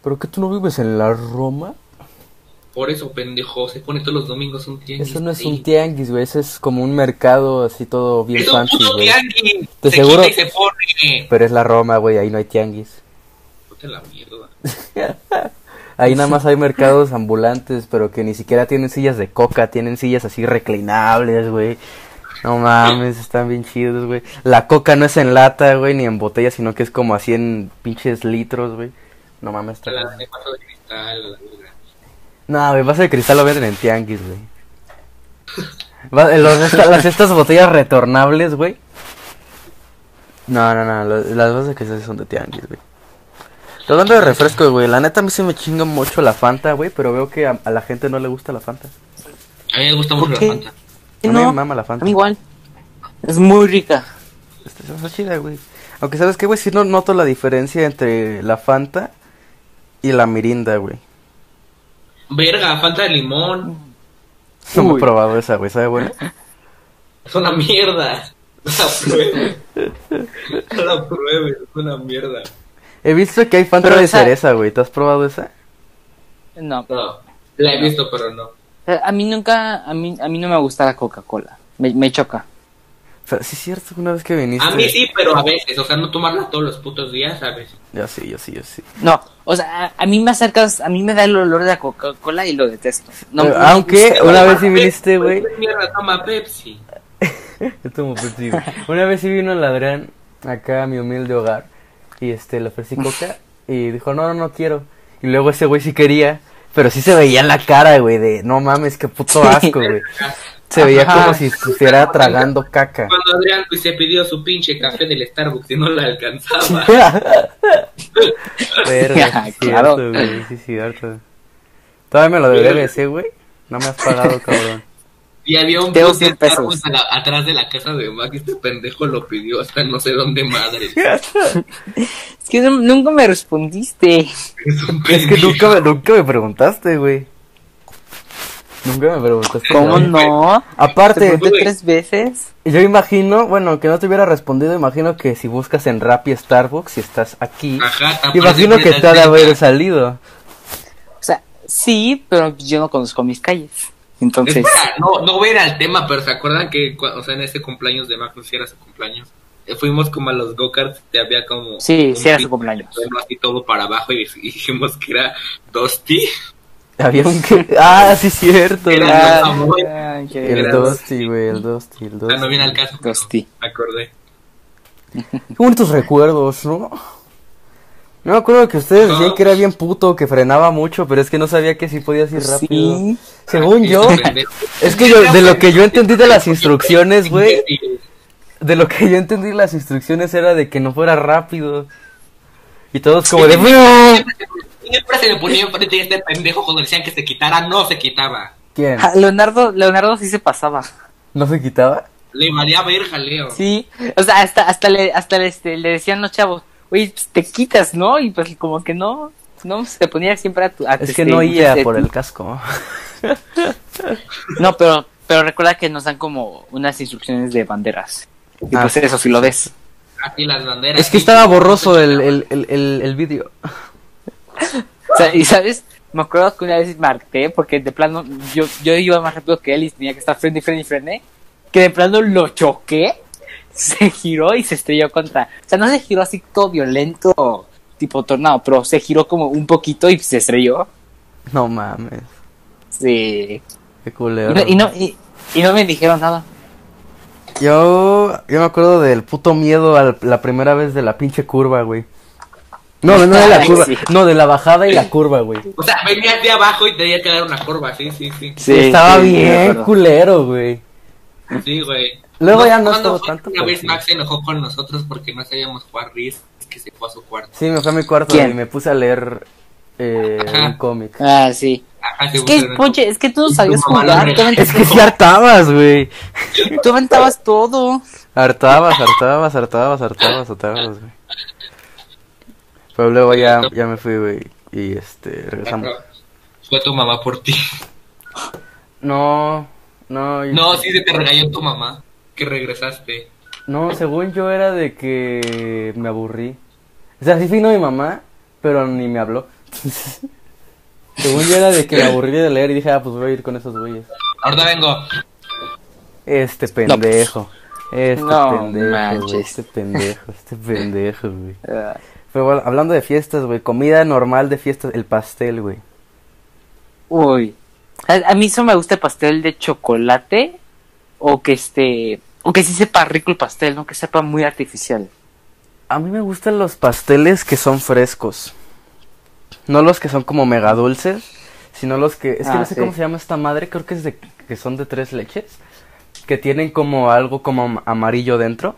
[SPEAKER 1] ¿Pero que tú no vives en la Roma?
[SPEAKER 3] Por eso, pendejo, se pone todos los domingos un tianguis.
[SPEAKER 1] Eso no es
[SPEAKER 3] Sí.
[SPEAKER 1] un tianguis, güey. Eso es como un mercado así todo bien
[SPEAKER 3] Es un
[SPEAKER 1] fancy,
[SPEAKER 3] puto
[SPEAKER 1] güey.
[SPEAKER 3] tianguis.
[SPEAKER 1] ¿Te
[SPEAKER 3] Se
[SPEAKER 1] seguro?
[SPEAKER 3] quita y se pone.
[SPEAKER 1] Pero es la Roma, güey. Ahí no hay tianguis.
[SPEAKER 3] Ponte la mierda.
[SPEAKER 1] Ahí nada más hay mercados ambulantes, pero que ni siquiera tienen sillas de coca. Tienen sillas así reclinables, güey. No mames, están bien chidos, güey. La coca no es en lata, güey, ni en botella, sino que es como así en pinches litros, güey. No mames, está...
[SPEAKER 3] La de paso de cristal, la verga.
[SPEAKER 1] No, güey, vaso de cristal lo venden en tianguis, güey. Va- eh, los esta- las estas botellas retornables, güey. No, no, no, lo- las vasas de cristal sí son de tianguis, güey. Estoy Hablando de refrescos, güey, la neta a mí se me chinga mucho la Fanta, güey, pero veo que a, a la gente no le gusta la Fanta.
[SPEAKER 3] A mí me gusta mucho
[SPEAKER 2] ¿Por
[SPEAKER 3] la
[SPEAKER 2] qué?
[SPEAKER 3] Fanta.
[SPEAKER 1] A mí
[SPEAKER 2] No,
[SPEAKER 1] me mama la Fanta.
[SPEAKER 2] A mí igual. Es muy rica.
[SPEAKER 1] Este, Está está chida, güey. Aunque, ¿sabes qué, güey? Sí no noto la diferencia entre la Fanta y la Mirinda, güey.
[SPEAKER 3] Verga, falta de limón.
[SPEAKER 1] No me he
[SPEAKER 2] Uy.
[SPEAKER 1] probado esa, güey. ¿Sabe buena?
[SPEAKER 3] Es una mierda. No la pruebes. No la pruebes, es una mierda.
[SPEAKER 1] He visto que hay Fanta
[SPEAKER 2] Pero
[SPEAKER 1] de
[SPEAKER 2] esa-
[SPEAKER 1] cereza, güey. ¿Te has probado esa?
[SPEAKER 2] No.
[SPEAKER 3] No, la he visto, pero no.
[SPEAKER 2] Eh, A mí nunca, a mí, a mí no me gusta la Coca-Cola. Me, me choca.
[SPEAKER 1] O sea, sí es cierto, una vez que viniste...
[SPEAKER 3] A mí sí, pero a veces. O sea, no tomarla todos los putos días, ¿sabes?
[SPEAKER 1] Yo sí, yo sí, yo sí.
[SPEAKER 2] No, o sea, a, a mí me acercas, a mí me da el olor de la Coca-Cola y lo detesto. No,
[SPEAKER 1] Pero,
[SPEAKER 2] no me
[SPEAKER 1] Eh, aunque-
[SPEAKER 2] gusta.
[SPEAKER 1] Una vez sí
[SPEAKER 3] Pepsi,
[SPEAKER 1] viniste, güey.
[SPEAKER 3] ¿por qué Mierda, toma Pepsi.
[SPEAKER 1] Yo tomo Pepsi, güey. pues, Una vez sí vino el ladrán acá a mi humilde hogar y este le ofrecí coca y dijo, no, no, no quiero. Y luego ese güey sí quería, pero sí se veía en la cara, güey, de no mames, qué puto
[SPEAKER 2] Sí.
[SPEAKER 1] asco, güey. Se veía
[SPEAKER 2] Ajá.
[SPEAKER 1] como si estuviera tragando caca.
[SPEAKER 3] Cuando Adrián Luis se pidió su pinche café del Starbucks y no la alcanzaba.
[SPEAKER 1] Verga, sí es cierto,
[SPEAKER 2] Claro.
[SPEAKER 1] güey, sí es cierto. Todavía me lo debes, ese güey. No me has pagado, cabrón.
[SPEAKER 3] Y había un
[SPEAKER 2] Tengo
[SPEAKER 3] pinche
[SPEAKER 2] 100 pesos.
[SPEAKER 3] Starbucks a la- atrás de la casa de Mac y este pendejo lo pidió hasta no sé dónde madre.
[SPEAKER 2] Es que no- nunca me respondiste.
[SPEAKER 3] Es, un
[SPEAKER 1] Es que
[SPEAKER 3] pendejo.
[SPEAKER 1] nunca me, nunca me preguntaste, güey. Nunca me preguntaste.
[SPEAKER 2] ¿Cómo
[SPEAKER 1] güey.
[SPEAKER 2] no? Te
[SPEAKER 1] Aparte,
[SPEAKER 2] pregunté tres veces.
[SPEAKER 1] yo imagino, bueno, que no te hubiera respondido, imagino que si buscas en Rappi Starbucks y estás aquí,
[SPEAKER 3] Ajá, te
[SPEAKER 1] imagino
[SPEAKER 3] aparece
[SPEAKER 1] que
[SPEAKER 3] en
[SPEAKER 1] te ha de
[SPEAKER 3] la
[SPEAKER 1] haber
[SPEAKER 3] tienda.
[SPEAKER 1] salido.
[SPEAKER 2] O sea, sí, pero yo no conozco mis calles. Entonces,
[SPEAKER 3] Espera, no, no voy a ir al tema, pero ¿se acuerdan que cua- o sea, en ese cumpleaños de Mac, no sé si era su cumpleaños, eh, fuimos como a los go-karts, te había como...
[SPEAKER 2] sí, sí era su
[SPEAKER 3] cumpleaños.
[SPEAKER 2] cumpleaños.
[SPEAKER 3] así todo para abajo y dij- y dijimos que era Dosti.
[SPEAKER 1] Había un que... Ah, sí, cierto.
[SPEAKER 3] Era
[SPEAKER 1] güey.
[SPEAKER 3] la-
[SPEAKER 2] Ay,
[SPEAKER 3] güey.
[SPEAKER 2] ay, qué
[SPEAKER 1] El
[SPEAKER 3] era
[SPEAKER 2] gracioso.
[SPEAKER 3] dos.
[SPEAKER 1] Dosti, güey, el Dosti, el
[SPEAKER 3] O sea, Ah, no viene al
[SPEAKER 1] Dosti.
[SPEAKER 3] caso. pero
[SPEAKER 2] Dosti.
[SPEAKER 3] Me acordé.
[SPEAKER 1] Qué bonitos recuerdos, ¿no? No me acuerdo que ustedes
[SPEAKER 3] No.
[SPEAKER 1] decían que era bien puto, que frenaba mucho, pero es que no sabía que sí podías ir rápido.
[SPEAKER 2] Sí.
[SPEAKER 1] Según
[SPEAKER 3] Y
[SPEAKER 1] yo,
[SPEAKER 3] ese pendejo-
[SPEAKER 1] es que yo, de lo que yo entendí de las instrucciones, güey,
[SPEAKER 3] Y- y-
[SPEAKER 1] De lo que yo entendí las instrucciones era de que no fuera rápido. Y todos como de...
[SPEAKER 3] Siempre se le ponía enfrente a este pendejo cuando le decían que se quitara, no se quitaba.
[SPEAKER 1] ¿Quién?
[SPEAKER 2] Ah, Leonardo, Leonardo sí se pasaba.
[SPEAKER 1] ¿No se quitaba?
[SPEAKER 3] Le valía verga, Leo.
[SPEAKER 2] Sí, o sea, hasta, hasta, le, hasta le, este, le decían los chavos, oye, pues, te quitas, ¿no? Y pues como que no, no, se ponía siempre a tu... a tu,
[SPEAKER 1] Es que
[SPEAKER 2] este,
[SPEAKER 1] no oía
[SPEAKER 2] enfrente de
[SPEAKER 1] por
[SPEAKER 2] ti.
[SPEAKER 1] el casco.
[SPEAKER 2] No, pero, pero recuerda que nos dan como unas instrucciones de banderas. Y
[SPEAKER 1] Ah,
[SPEAKER 2] pues
[SPEAKER 1] sí.
[SPEAKER 2] eso sí lo ves.
[SPEAKER 3] Así las banderas.
[SPEAKER 1] Es que estaba borroso el, el, el, el, el vídeo.
[SPEAKER 2] O sea, y sabes, me acuerdo que una vez marqué, porque de plano yo, yo iba más rápido que él y tenía que estar frente y frente y frente, que de plano lo choqué, se giró y se estrelló contra. O sea, no se giró así todo violento, tipo tornado, pero se giró como un poquito y se estrelló.
[SPEAKER 1] No mames.
[SPEAKER 2] Sí.
[SPEAKER 1] Qué
[SPEAKER 2] Y
[SPEAKER 1] culero.
[SPEAKER 2] no, y no, y- y no me dijeron nada.
[SPEAKER 1] Yo, yo me acuerdo del puto miedo a la primera vez de la pinche curva, güey. No, no de la
[SPEAKER 2] Ay,
[SPEAKER 1] curva.
[SPEAKER 2] sí.
[SPEAKER 1] No, de la bajada y la curva, güey.
[SPEAKER 3] O sea, venías de abajo y tenías que dar una curva, sí, sí, sí.
[SPEAKER 2] Sí,
[SPEAKER 1] Estaba
[SPEAKER 2] sí, me
[SPEAKER 1] bien
[SPEAKER 2] acuerdo.
[SPEAKER 1] culero, güey.
[SPEAKER 3] Sí, güey.
[SPEAKER 1] Luego ya no
[SPEAKER 3] ¿Cuándo
[SPEAKER 1] estuvo
[SPEAKER 3] fue
[SPEAKER 1] tanto,
[SPEAKER 3] que Una
[SPEAKER 1] pero
[SPEAKER 3] vez
[SPEAKER 1] sí.
[SPEAKER 3] Max se enojó con nosotros porque no sabíamos jugar Risk, es que se fue a su cuarto.
[SPEAKER 1] Sí, me fui a mi cuarto
[SPEAKER 2] ¿Quién?
[SPEAKER 1] y me puse a leer eh,
[SPEAKER 3] Ajá.
[SPEAKER 1] un cómic.
[SPEAKER 2] Ah, sí.
[SPEAKER 3] Ajá, se
[SPEAKER 2] Es que,
[SPEAKER 3] pusieron-
[SPEAKER 2] poche, es que tú no
[SPEAKER 3] tu
[SPEAKER 2] sabías
[SPEAKER 3] mamá lo
[SPEAKER 2] jugar, tú
[SPEAKER 3] regañó.
[SPEAKER 1] Es
[SPEAKER 2] avent-
[SPEAKER 1] que si hartabas, güey.
[SPEAKER 2] tú aventabas todo.
[SPEAKER 1] Hartabas, hartabas, hartabas, hartabas, hartabas, güey. Pero luego ya, ya me fui, güey. Y este, regresamos.
[SPEAKER 3] Fue tu mamá por ti.
[SPEAKER 1] No, no. yo-
[SPEAKER 3] No, sí, se te regañó tu mamá. Que regresaste.
[SPEAKER 1] No, según yo era de que me aburrí. O sea, sí vino mi mamá, pero ni me habló. según yo era de que me aburrí de leer y dije, ah, pues voy a ir con esos güeyes.
[SPEAKER 3] Ahorita vengo.
[SPEAKER 1] Este pendejo. Este
[SPEAKER 2] pues. No
[SPEAKER 1] pendejo, güey,
[SPEAKER 2] manches.
[SPEAKER 1] este pendejo, este pendejo, güey.
[SPEAKER 2] Ah,
[SPEAKER 1] Pero bueno, hablando de fiestas, güey, comida normal de fiestas, el pastel, güey.
[SPEAKER 2] Uy. A, a mí solo me gusta el pastel de chocolate o que este o que sí sepa rico el pastel, no que sepa muy artificial.
[SPEAKER 1] A mí me gustan los pasteles que son frescos. No los que son como mega dulces, sino los que... Es que
[SPEAKER 2] Ah,
[SPEAKER 1] no sé
[SPEAKER 2] sí.
[SPEAKER 1] cómo se llama esta madre, creo que es de... que son de tres leches. Que tienen como algo como am- amarillo dentro.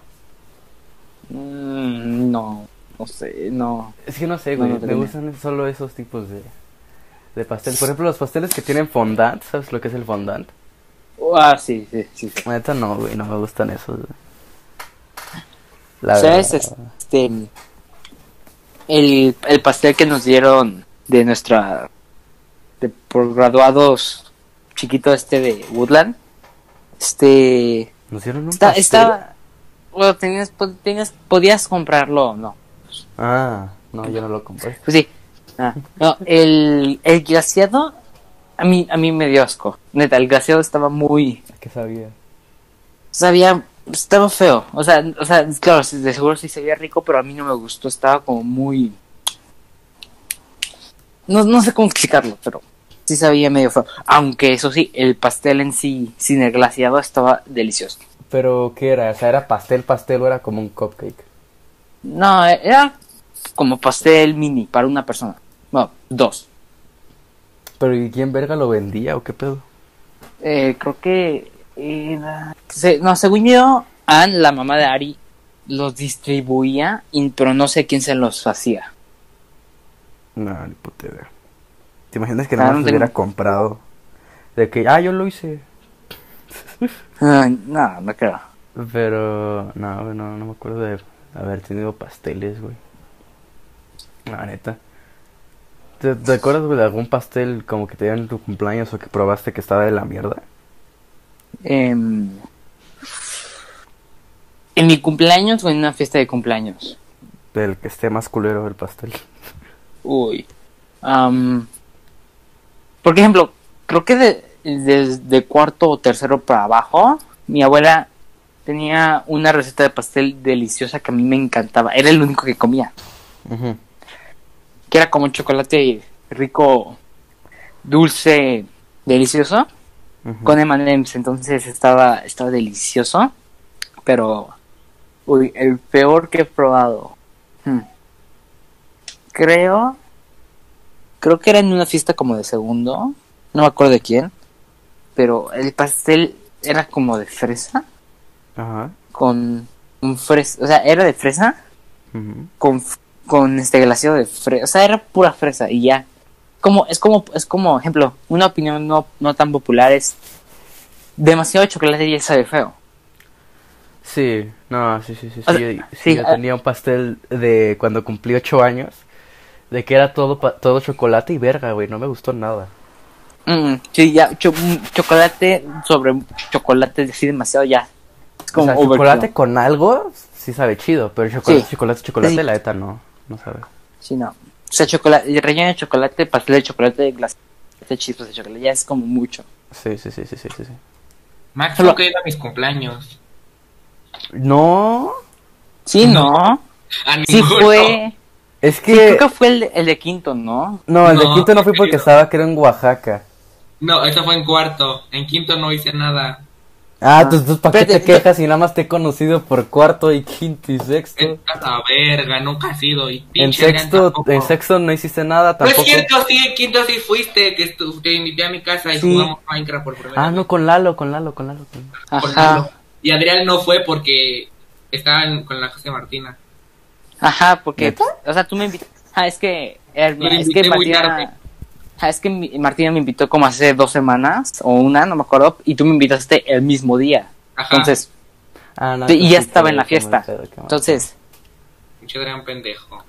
[SPEAKER 2] Mm, no, no sé, no.
[SPEAKER 1] Es que no sé,
[SPEAKER 2] No,
[SPEAKER 1] güey,
[SPEAKER 2] no te
[SPEAKER 1] me
[SPEAKER 2] tenía.
[SPEAKER 1] gustan solo esos tipos de... De pastel. Por ejemplo, los pasteles que tienen fondant, ¿sabes lo que es el fondant?
[SPEAKER 2] Ah, sí, sí, sí. sí.
[SPEAKER 1] La Neta no, güey, no me gustan esos. güey. La
[SPEAKER 2] ¿Sabes?
[SPEAKER 1] verdad.
[SPEAKER 2] Este el, el pastel que nos dieron de nuestra de por graduados chiquito este de Woodland. Este
[SPEAKER 1] Nos dieron un
[SPEAKER 2] está,
[SPEAKER 1] pastel.
[SPEAKER 2] está bueno, tenías, po- tenías- podías comprarlo o no.
[SPEAKER 1] Ah, no, yo no lo compré.
[SPEAKER 2] Pues sí. Ah, no, el, el glaciado a mí a mí me dio asco. Neta, el glaciado estaba muy
[SPEAKER 1] ¿Qué sabía?
[SPEAKER 2] sabía estaba feo. O sea, o sea, claro, sí, de seguro sí sabía rico, pero a mí no me gustó, estaba como muy no, no sé cómo explicarlo, pero sí sabía medio feo. Aunque eso sí, el pastel en sí, sin el glaciado, estaba delicioso.
[SPEAKER 1] Pero, ¿qué era? O sea, ¿era pastel, pastel o era como un cupcake?
[SPEAKER 2] No, era como pastel mini para una persona. Bueno, dos.
[SPEAKER 1] Pero, ¿y quién verga lo vendía o qué pedo?
[SPEAKER 2] Eh, creo que era- se- no, según yo, Ann, la mamá de Ari, los distribuía, y- pero no sé quién se los hacía.
[SPEAKER 1] No, ni puta idea. ¿Te imaginas que
[SPEAKER 2] Ah,
[SPEAKER 1] nada
[SPEAKER 2] no
[SPEAKER 1] más lo
[SPEAKER 2] tengo-
[SPEAKER 1] hubiera comprado? De que, ah, yo lo hice.
[SPEAKER 2] Ay, Ah, no, no creo.
[SPEAKER 1] Pero, no, güey, no, no me acuerdo de haber tenido pasteles, güey. La neta. ¿Te, te acuerdas, güey, de algún pastel como que te dieron en tu cumpleaños o que probaste que estaba de la mierda?
[SPEAKER 2] Em, en mi cumpleaños o en una fiesta de cumpleaños.
[SPEAKER 1] Del que esté más culero del pastel.
[SPEAKER 2] Uy. Am, por ejemplo, creo que de- desde cuarto o tercero para abajo, mi abuela tenía una receta de pastel deliciosa que a mí me encantaba. Era el único que comía. Que era como chocolate rico, dulce, delicioso.
[SPEAKER 1] Ujú.
[SPEAKER 2] Con M&M's, entonces estaba, estaba delicioso. Pero, uy, el peor que he probado. Hmm. Creo, creo que era en una fiesta como de segundo. No me acuerdo de quién. Pero el pastel era como de fresa.
[SPEAKER 1] Ajá.
[SPEAKER 2] Con un fresa. O sea, era de fresa.
[SPEAKER 1] Ujú.
[SPEAKER 2] Con, f- con este glaseado de fresa. O sea, era pura fresa y ya. Como, es como, es como, ejemplo, una opinión no, no tan popular es demasiado chocolate y ya sabe feo.
[SPEAKER 1] Sí, no, sí, sí, sí,
[SPEAKER 2] O
[SPEAKER 1] sí,
[SPEAKER 2] sea,
[SPEAKER 1] yo,
[SPEAKER 2] sí,
[SPEAKER 1] sí, yo
[SPEAKER 2] ah.
[SPEAKER 1] tenía un pastel de cuando cumplí ocho años, de que era todo, pa- todo chocolate y verga, güey, no me gustó nada.
[SPEAKER 2] Mm, sí, ya, cho- mm, chocolate sobre chocolate, así demasiado ya. Es
[SPEAKER 1] O
[SPEAKER 2] como
[SPEAKER 1] sea,
[SPEAKER 2] overkill.
[SPEAKER 1] chocolate con algo sí sabe chido, pero chocolate,
[SPEAKER 2] Sí.
[SPEAKER 1] chocolate, chocolate,
[SPEAKER 2] Sí.
[SPEAKER 1] la neta no, no sabe.
[SPEAKER 2] Sí, no. O sea, chocolate, relleno de chocolate, pastel de chocolate, glaseado de chispas de chocolate, ya es como mucho.
[SPEAKER 1] Sí, sí, sí, sí, sí, sí. sí.
[SPEAKER 3] Max
[SPEAKER 2] Solo-
[SPEAKER 3] nunca iba a mis cumpleaños.
[SPEAKER 1] No,
[SPEAKER 2] Sí, no.
[SPEAKER 3] A
[SPEAKER 2] Sí
[SPEAKER 3] ninguno.
[SPEAKER 2] fue.
[SPEAKER 1] es
[SPEAKER 2] Sí, creo
[SPEAKER 1] que,
[SPEAKER 2] que fue el de, el de quinto, ¿no?
[SPEAKER 1] no, el de
[SPEAKER 3] No,
[SPEAKER 1] quinto no fui porque
[SPEAKER 3] querido.
[SPEAKER 1] estaba, creo, en Oaxaca.
[SPEAKER 3] No, eso fue en cuarto. En quinto no hice nada.
[SPEAKER 1] Ah,
[SPEAKER 2] Ah.
[SPEAKER 1] entonces, ¿para qué te
[SPEAKER 2] Espérate, yo-
[SPEAKER 1] quejas si nada más te he conocido por cuarto y quinto y sexto?
[SPEAKER 3] Esta la verga, nunca has ido. Y
[SPEAKER 1] En
[SPEAKER 3] Eh, pinche Dan
[SPEAKER 1] sexto,
[SPEAKER 3] tampoco.
[SPEAKER 1] en sexto no hiciste nada
[SPEAKER 3] No es
[SPEAKER 1] tampoco.
[SPEAKER 3] cierto, sí, en quinto sí fuiste, que estu- te invité a mi casa y
[SPEAKER 1] Sí.
[SPEAKER 3] jugamos Minecraft por primera
[SPEAKER 1] Ah, no, con Lalo, con Lalo, con Lalo. Con...
[SPEAKER 3] vez. con
[SPEAKER 2] Ajá.
[SPEAKER 3] Lalo. Y Adrián no fue porque estaban con la José Martina.
[SPEAKER 2] Ajá, porque,
[SPEAKER 1] ¿Neta?
[SPEAKER 2] o sea, tú me invitas. Ah, es que, eh,
[SPEAKER 3] Lo
[SPEAKER 2] es
[SPEAKER 3] invité
[SPEAKER 2] que
[SPEAKER 3] muy tarde.
[SPEAKER 2] Martina. Ah, es que mi- Martina me invitó como hace dos semanas o una, no me acuerdo, y tú me invitaste el mismo día.
[SPEAKER 3] Ajá.
[SPEAKER 2] Entonces,
[SPEAKER 1] Ah, no,
[SPEAKER 2] Sí,
[SPEAKER 1] entonces
[SPEAKER 2] y ya
[SPEAKER 1] sí,
[SPEAKER 2] estaba
[SPEAKER 1] qué
[SPEAKER 2] en la
[SPEAKER 1] mal, qué
[SPEAKER 2] fiesta.
[SPEAKER 1] mal pedo, qué mal
[SPEAKER 2] Entonces,
[SPEAKER 3] Pinche Adrián pendejo.
[SPEAKER 1] pedo.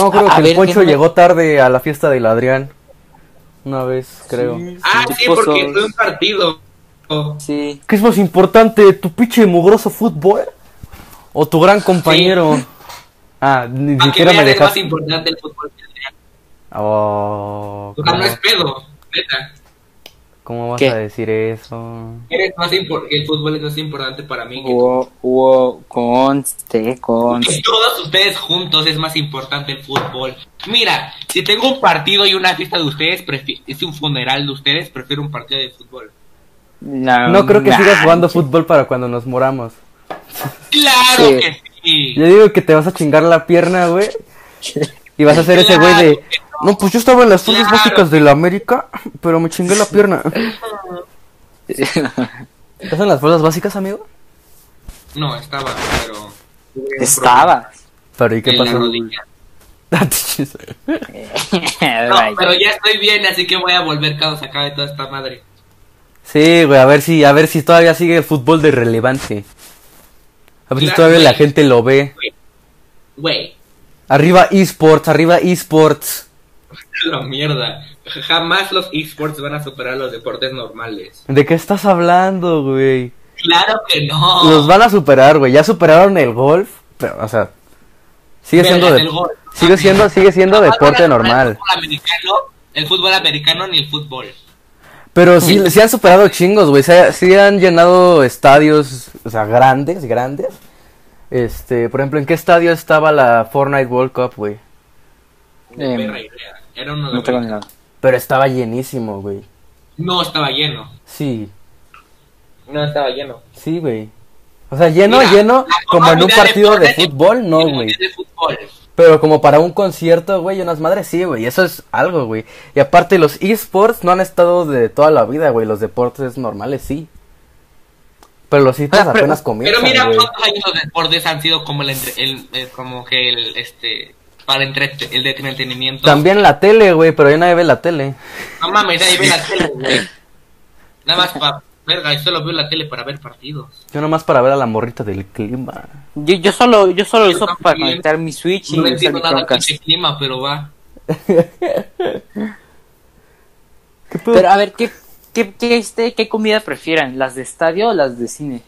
[SPEAKER 1] No, creo
[SPEAKER 2] a- a
[SPEAKER 1] que
[SPEAKER 2] ver,
[SPEAKER 1] el Poncho
[SPEAKER 2] déjame-
[SPEAKER 1] llegó tarde a la fiesta del Adrián. Una vez, creo.
[SPEAKER 3] Ah, sí,
[SPEAKER 2] Pozos.
[SPEAKER 3] porque fue un partido.
[SPEAKER 2] sí.
[SPEAKER 1] ¿Qué es más importante, tu pinche mugroso fútbol o tu gran compañero? Ah, ni
[SPEAKER 3] Aunque
[SPEAKER 1] siquiera me
[SPEAKER 3] veas, es más
[SPEAKER 1] dejaste.
[SPEAKER 3] importante el fútbol que Adrián.
[SPEAKER 1] Oh,
[SPEAKER 3] O sea,
[SPEAKER 1] ¿cómo,
[SPEAKER 3] no es pedo, neta.
[SPEAKER 1] cómo vas
[SPEAKER 2] ¿Qué?
[SPEAKER 1] a decir eso?
[SPEAKER 3] Eres más impor- el fútbol es más importante para mí que tú.
[SPEAKER 2] Hubo, hubo, este, conste,
[SPEAKER 3] Que
[SPEAKER 2] conste.
[SPEAKER 3] todos ustedes juntos es más importante el fútbol. Mira, si tengo un partido y una fiesta de ustedes, prefi- es un funeral de ustedes, prefiero un partido de fútbol. Ah,
[SPEAKER 2] La-
[SPEAKER 1] No creo que
[SPEAKER 2] la-
[SPEAKER 1] sigas jugando fútbol para cuando nos moramos.
[SPEAKER 3] ¡Claro
[SPEAKER 2] Sí.
[SPEAKER 3] que sí!
[SPEAKER 1] Yo digo que te vas a chingar la pierna, güey. Y vas a hacer ese güey de... No, pues yo estaba en las fuerzas
[SPEAKER 3] Claro.
[SPEAKER 1] básicas de la América, pero me chingué la pierna. ¿Estás en las fuerzas básicas, amigo?
[SPEAKER 3] No, estaba, pero...
[SPEAKER 2] Estaba.
[SPEAKER 1] Pero ¿y qué
[SPEAKER 3] en la
[SPEAKER 1] pasó? Ah,
[SPEAKER 3] rodilla. No,
[SPEAKER 2] Vaya.
[SPEAKER 3] pero ya estoy bien, así que voy a volver cuando se acabe toda esta madre.
[SPEAKER 1] sí, güey, a ver si, a ver si todavía sigue el fútbol de relevante. A ver si
[SPEAKER 3] Claro,
[SPEAKER 1] todavía la
[SPEAKER 3] güey.
[SPEAKER 1] gente lo ve.
[SPEAKER 3] Güey,
[SPEAKER 1] Arriba esports, arriba esports.
[SPEAKER 3] la mierda. Jamás los esports van a superar los deportes normales.
[SPEAKER 1] ¿De qué estás hablando, güey?
[SPEAKER 3] Claro que no.
[SPEAKER 1] Los van a superar, güey. Ya superaron el golf, pero, o sea, sigue
[SPEAKER 3] Verga,
[SPEAKER 1] siendo, de-
[SPEAKER 3] el golf. Ah,
[SPEAKER 1] sigue siendo, sigue siendo
[SPEAKER 3] Jamás van a
[SPEAKER 1] deporte
[SPEAKER 3] superar El
[SPEAKER 1] normal.
[SPEAKER 3] fútbol americano, el fútbol americano ni el fútbol.
[SPEAKER 1] Pero sí, sí han superado chingos, güey. Se- Sí, han llenado estadios, o sea, grandes, grandes. Este, por ejemplo, ¿en qué estadio estaba la Fortnite World Cup, güey?
[SPEAKER 2] Eh,
[SPEAKER 3] Perra idea. Era uno de
[SPEAKER 2] No tengo ni
[SPEAKER 3] América.
[SPEAKER 2] nada.
[SPEAKER 1] Pero estaba llenísimo, güey.
[SPEAKER 3] No estaba lleno.
[SPEAKER 1] Sí,
[SPEAKER 3] No estaba lleno.
[SPEAKER 1] sí, güey. O sea, lleno,
[SPEAKER 3] Mira,
[SPEAKER 1] lleno,
[SPEAKER 3] la Copa
[SPEAKER 1] como en un
[SPEAKER 3] Mundial
[SPEAKER 1] partido de
[SPEAKER 3] Deportes-
[SPEAKER 1] fútbol, no,
[SPEAKER 3] el
[SPEAKER 1] güey.
[SPEAKER 3] Mundial de fútbol.
[SPEAKER 1] Pero como para un concierto, güey, unas madres, sí, güey, eso es algo, güey. Y aparte, los esports no han estado de toda la vida, güey, los deportes normales, sí. Pero los esports
[SPEAKER 2] Ah, pero-
[SPEAKER 1] apenas comienzan,
[SPEAKER 3] Pero mira
[SPEAKER 1] güey.
[SPEAKER 3] cuántos años los deportes han sido como el, entre- el- eh, como que el este para entre- el de entretenimiento.
[SPEAKER 1] También la tele, güey, pero ya nadie ve la tele.
[SPEAKER 3] No mames, ahí ve la tele, güey. Nada más para verga, yo solo veo la tele para ver partidos.
[SPEAKER 1] Yo nomás para ver a la morrita del clima.
[SPEAKER 2] Yo, yo solo, yo solo uso
[SPEAKER 3] también.
[SPEAKER 2] para conectar mi Switch y
[SPEAKER 3] no
[SPEAKER 2] usar
[SPEAKER 3] entiendo
[SPEAKER 2] mi
[SPEAKER 3] nada de
[SPEAKER 2] Chromecast.
[SPEAKER 3] ese clima, pero va.
[SPEAKER 1] ¿Qué pedo?
[SPEAKER 2] Pero a ver, ¿qué, qué, qué, este, ¿qué comida prefieran? ¿Las de estadio o las de cine?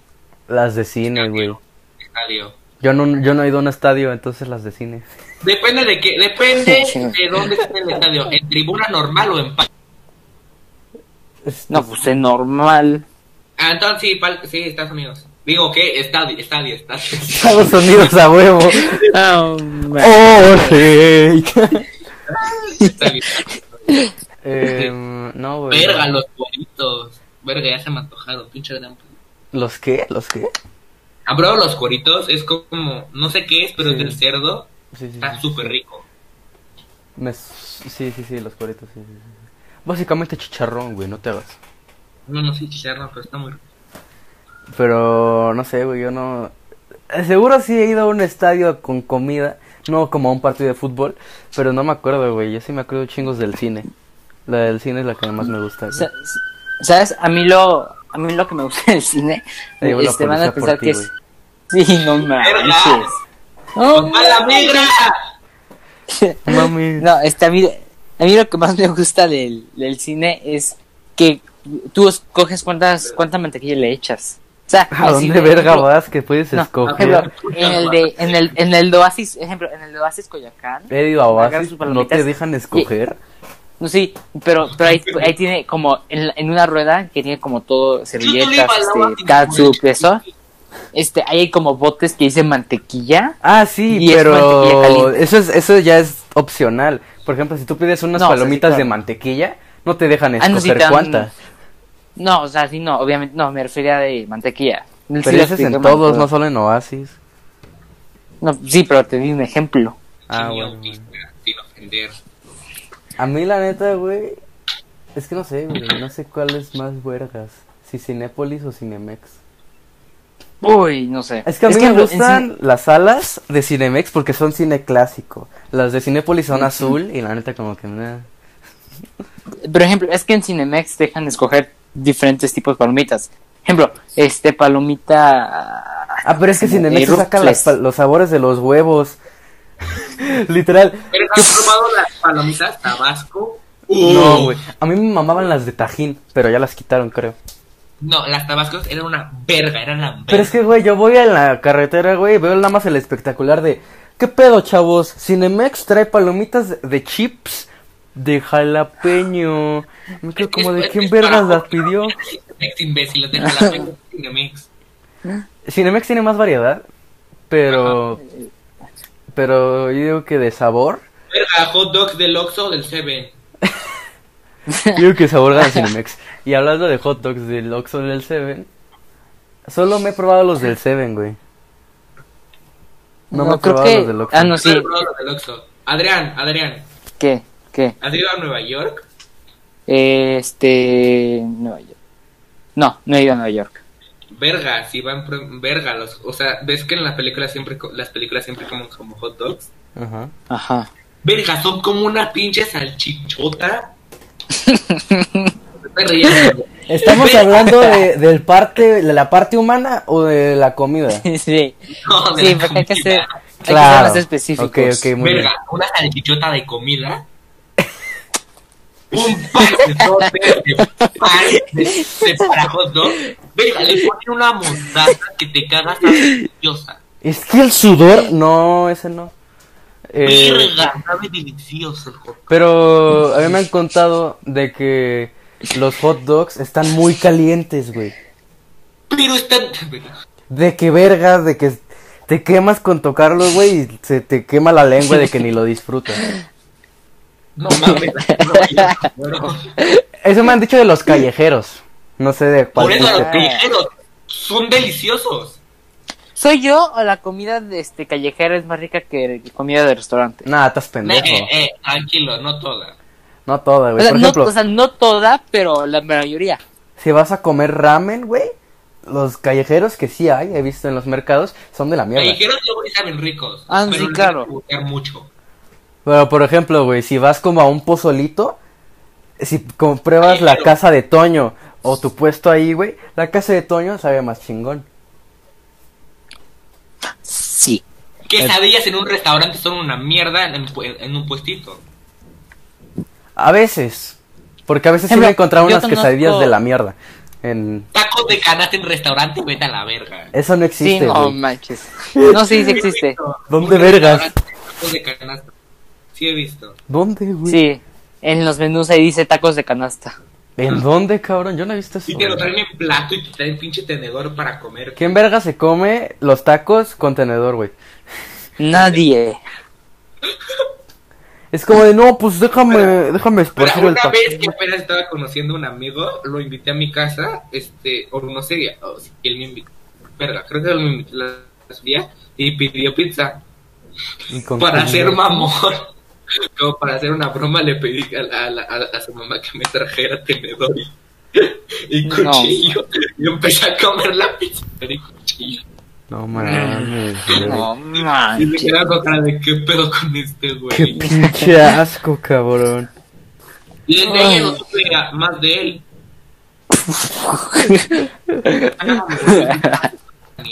[SPEAKER 1] Las de cine, güey.
[SPEAKER 3] Estadio.
[SPEAKER 1] Yo no, yo no he ido a un estadio, entonces las de cine.
[SPEAKER 3] Depende de qué, depende de dónde esté el estadio, en tribuna normal o en pa-
[SPEAKER 2] No, pues es normal.
[SPEAKER 3] Ah, entonces sí, pal- sí, Estados Unidos. Digo que estadio, estadio, estadio.
[SPEAKER 1] Estados Unidos a huevo. ¡Oh, sí!
[SPEAKER 3] estadio.
[SPEAKER 1] Em, no, güey.
[SPEAKER 3] Verga, los cueritos. Verga, ya se me antojaron, pinche gran.
[SPEAKER 1] ¿Los qué? ¿Los qué?
[SPEAKER 3] Ah, bro, los cueritos es como, no sé qué es, pero
[SPEAKER 1] Sí.
[SPEAKER 3] es del cerdo.
[SPEAKER 1] Sí, sí,
[SPEAKER 3] Está
[SPEAKER 1] sí.
[SPEAKER 3] Ah, súper rico.
[SPEAKER 1] Me- Sí, sí, sí, los cueritos, sí, sí, sí. Básicamente chicharrón, güey, no te hagas.
[SPEAKER 3] No, no sé chicharrón, pero está muy rico.
[SPEAKER 1] Pero, no sé, güey, yo no... Eh, Seguro sí he ido a un estadio con comida, no como a un partido de fútbol, pero no me acuerdo, güey, yo sí me acuerdo chingos del cine. La del cine es la que más me gusta, güey.
[SPEAKER 2] Sa- ¿Sabes? A mí lo, a mí lo que me gusta del cine,
[SPEAKER 1] Ahí va la
[SPEAKER 2] este, van
[SPEAKER 1] policía
[SPEAKER 2] a
[SPEAKER 1] por
[SPEAKER 2] pensar
[SPEAKER 1] ti,
[SPEAKER 2] que es... Sí, no
[SPEAKER 3] Verga.
[SPEAKER 2] manches. Oh, No,
[SPEAKER 3] ¡A la negra!
[SPEAKER 1] Mami.
[SPEAKER 2] No, este, a mí, a mí lo que más me gusta del, del cine es que tú escoges cuántas, cuánta mantequilla le echas. O sea,
[SPEAKER 1] ¿A
[SPEAKER 2] así,
[SPEAKER 1] dónde
[SPEAKER 2] por
[SPEAKER 1] verga
[SPEAKER 2] ejemplo,
[SPEAKER 1] vas que puedes
[SPEAKER 2] no, por
[SPEAKER 1] escoger?
[SPEAKER 2] ejemplo, en el de, en el, en el de Oasis, ejemplo, en el de Oasis Coyacán,
[SPEAKER 1] He ido a
[SPEAKER 2] agarras
[SPEAKER 1] Oasis,
[SPEAKER 2] sus
[SPEAKER 1] no
[SPEAKER 2] palomitas
[SPEAKER 1] te dejan escoger.
[SPEAKER 2] no sé, pero, pero ahí, ahí tiene como, en, la- en una rueda que tiene como todo, servilletas, este, catsup, eso, este, ahí hay como botes que dicen mantequilla,
[SPEAKER 1] Ah, sí,
[SPEAKER 2] Y es mantequilla
[SPEAKER 1] pero
[SPEAKER 2] caliente.
[SPEAKER 1] eso, es, eso ya es opcional. Por ejemplo, si tú pides unas
[SPEAKER 2] No, o sea, sí,
[SPEAKER 1] palomitas de
[SPEAKER 2] claro.
[SPEAKER 1] mantequilla, no te dejan
[SPEAKER 2] Ah, no, sí,
[SPEAKER 1] escoger
[SPEAKER 2] te dan-
[SPEAKER 1] cuántas.
[SPEAKER 2] no, o sea, sí, no, obviamente, no, me refería de mantequilla. Sí
[SPEAKER 1] Pero eso
[SPEAKER 2] lo
[SPEAKER 1] es en
[SPEAKER 2] expliqué mal,
[SPEAKER 1] todos,
[SPEAKER 2] pero-
[SPEAKER 1] no solo en Oasis.
[SPEAKER 2] No, sí, pero te di un ejemplo.
[SPEAKER 1] Ah,
[SPEAKER 3] Niño
[SPEAKER 1] bueno.
[SPEAKER 3] autista, Sin ofender.
[SPEAKER 1] A mí la neta, güey, es que no sé, güey, no sé cuál es más vergas, si Cinépolis o Cinemex.
[SPEAKER 2] Uy, no sé.
[SPEAKER 1] Es que a mí me
[SPEAKER 2] en- en
[SPEAKER 1] gustan
[SPEAKER 2] cine-
[SPEAKER 1] las salas de Cinemex porque son cine clásico. Las de Cinépolis son azul y la neta como que nada.
[SPEAKER 2] por ejemplo, es que en Cinemex dejan escoger diferentes tipos de palomitas. Ejemplo, este palomita.
[SPEAKER 1] Ah, pero es que Cinemex
[SPEAKER 2] Eh,
[SPEAKER 1] saca
[SPEAKER 2] Ruffles.
[SPEAKER 1] las pa- los sabores de los huevos. Literal.
[SPEAKER 3] ¿Pero has probado las palomitas Tabasco?
[SPEAKER 1] No, güey. A mí me mamaban las de Tajín, pero ya las quitaron, creo.
[SPEAKER 3] No, las Tabascos eran una verga, eran la verga.
[SPEAKER 1] Pero es que, güey, yo voy a la carretera, güey, veo nada más el espectacular de... ¿Qué pedo, chavos? Cinemex trae palomitas de chips de jalapeño. Me quedo como de
[SPEAKER 3] Es-
[SPEAKER 1] quién
[SPEAKER 3] es
[SPEAKER 1] vergas
[SPEAKER 3] para-
[SPEAKER 1] las pidió.
[SPEAKER 3] Cinemex, imbécil, las de Jalapeño Cinemex.
[SPEAKER 1] Cinemex tiene más variedad, pero... Pero yo digo que de sabor.
[SPEAKER 3] Verga, hot dogs del Oxxo o del Seven.
[SPEAKER 1] Yo digo que sabor gana Cinemex. Y hablando de hot dogs del Oxxo del Seven, solo me he probado los del Seven, güey. No, me he
[SPEAKER 2] creo
[SPEAKER 1] probado
[SPEAKER 2] que.
[SPEAKER 1] los del Oxxo.
[SPEAKER 2] ah, no,
[SPEAKER 3] Yo
[SPEAKER 2] sí.
[SPEAKER 3] he probado los del Oxxo. Adrián, Adrián,
[SPEAKER 2] ¿Qué? ¿Qué?
[SPEAKER 3] ¿has ido a Nueva York?
[SPEAKER 2] Este. Nueva York. No, no he ido a Nueva York.
[SPEAKER 3] Verga, si van pro- verga los, o sea, ves que en la película siempre co- las películas siempre comen como hot dogs.
[SPEAKER 1] Ajá.
[SPEAKER 2] Ajá.
[SPEAKER 3] Verga, son como una pinche salchichota. No te rías, güey.
[SPEAKER 1] ¿Estamos hablando de, del parte, de la parte humana o de la comida?
[SPEAKER 2] sí. Sí,
[SPEAKER 3] No, de la
[SPEAKER 2] porque hay que
[SPEAKER 3] comida.
[SPEAKER 2] ser. Hay que ser más específicos.
[SPEAKER 1] Ok, ok, muy
[SPEAKER 3] Verga, una salchichota de comida. un paquetote de pan de, de para hot dog. Verga, le ponen una mostaza que te cagas a deliciosa.
[SPEAKER 1] Es que el sudor, no, ese no. Eh,
[SPEAKER 3] Verga, sabe delicioso el hot dog.
[SPEAKER 1] pero a mí me han contado de que los hot dogs están muy calientes, güey.
[SPEAKER 3] Pero están.
[SPEAKER 1] De que vergas, de que te quemas con tocarlos, güey, y se te quema la lengua de que ni lo disfrutas.
[SPEAKER 3] No mames, no, no, no.
[SPEAKER 1] Eso me han dicho de los callejeros. No sé de cuál.
[SPEAKER 3] Por eso
[SPEAKER 1] fuiste.
[SPEAKER 3] los callejeros son deliciosos.
[SPEAKER 2] ¿Soy yo o la comida de este callejera es más rica que la comida de restaurante?
[SPEAKER 1] Nah, estás
[SPEAKER 3] Eh,
[SPEAKER 1] pendejo.
[SPEAKER 3] eh, tranquilo, no toda.
[SPEAKER 1] No toda,
[SPEAKER 2] O
[SPEAKER 1] güey.
[SPEAKER 2] sea,
[SPEAKER 1] Por
[SPEAKER 2] no,
[SPEAKER 1] ejemplo,
[SPEAKER 2] o sea, no toda, pero la mayoría.
[SPEAKER 1] si vas a comer ramen, güey, los callejeros que sí hay, he visto en los mercados, son de la mierda.
[SPEAKER 3] Callejeros luego sí saben ricos.
[SPEAKER 2] Ah, sí,
[SPEAKER 3] pero les
[SPEAKER 2] claro.
[SPEAKER 3] gusta buscar mucho.
[SPEAKER 1] Pero, por ejemplo, güey, si vas como a un pozolito, si compruebas la
[SPEAKER 3] Callejero.
[SPEAKER 1] casa de Toño o tu puesto ahí, güey, la casa de Toño sabe más chingón.
[SPEAKER 2] Sí.
[SPEAKER 3] Quesadillas en un restaurante son una mierda en, pu- en un puestito.
[SPEAKER 1] A veces. Porque a veces sí
[SPEAKER 2] Ejemplo,
[SPEAKER 1] me he encontrado
[SPEAKER 2] yo
[SPEAKER 1] unas
[SPEAKER 2] conozco-
[SPEAKER 1] quesadillas de la mierda. En...
[SPEAKER 3] Tacos de canasta en restaurante, vete a la verga.
[SPEAKER 1] Eso no existe,
[SPEAKER 2] sí, no
[SPEAKER 1] güey.
[SPEAKER 2] manches. No, sí, sí existe.
[SPEAKER 1] ¿Dónde
[SPEAKER 3] Un
[SPEAKER 1] vergas?
[SPEAKER 3] restaurante de Tacos de canasta. Sí he visto.
[SPEAKER 1] ¿Dónde, güey?
[SPEAKER 2] Sí. En los menús ahí dice tacos de canasta.
[SPEAKER 1] ¿En dónde, cabrón? Yo no he visto eso.
[SPEAKER 3] Y te lo
[SPEAKER 1] güey.
[SPEAKER 3] traen en plato y te traen pinche tenedor para comer.
[SPEAKER 1] ¿Quién verga se come los tacos con tenedor, güey?
[SPEAKER 2] Nadie.
[SPEAKER 1] Es como de, no, pues déjame, déjame
[SPEAKER 3] Pero
[SPEAKER 1] esparcir el
[SPEAKER 3] una
[SPEAKER 1] taco.
[SPEAKER 3] vez que apenas estaba conociendo a un amigo, lo invité a mi casa, este, o no sé, o si él me invitó, verga, creo que él me invitó la la suya y pidió pizza
[SPEAKER 1] Y con
[SPEAKER 3] para
[SPEAKER 1] queso.
[SPEAKER 3] hacer mamón. Como para hacer una broma le pedí a, la- a la- a- a su mamá que me trajera tenedor y, y
[SPEAKER 2] No.
[SPEAKER 3] cuchillo y empecé a comer la pizza y cuchillo.
[SPEAKER 1] No mames, güey.
[SPEAKER 2] No
[SPEAKER 3] Y me
[SPEAKER 2] manches.
[SPEAKER 3] quedaba con cara de qué pedo con este
[SPEAKER 1] Qué
[SPEAKER 3] güey.
[SPEAKER 1] pinche asco, cabrón.
[SPEAKER 3] Y desde ahí ya no supe más de él.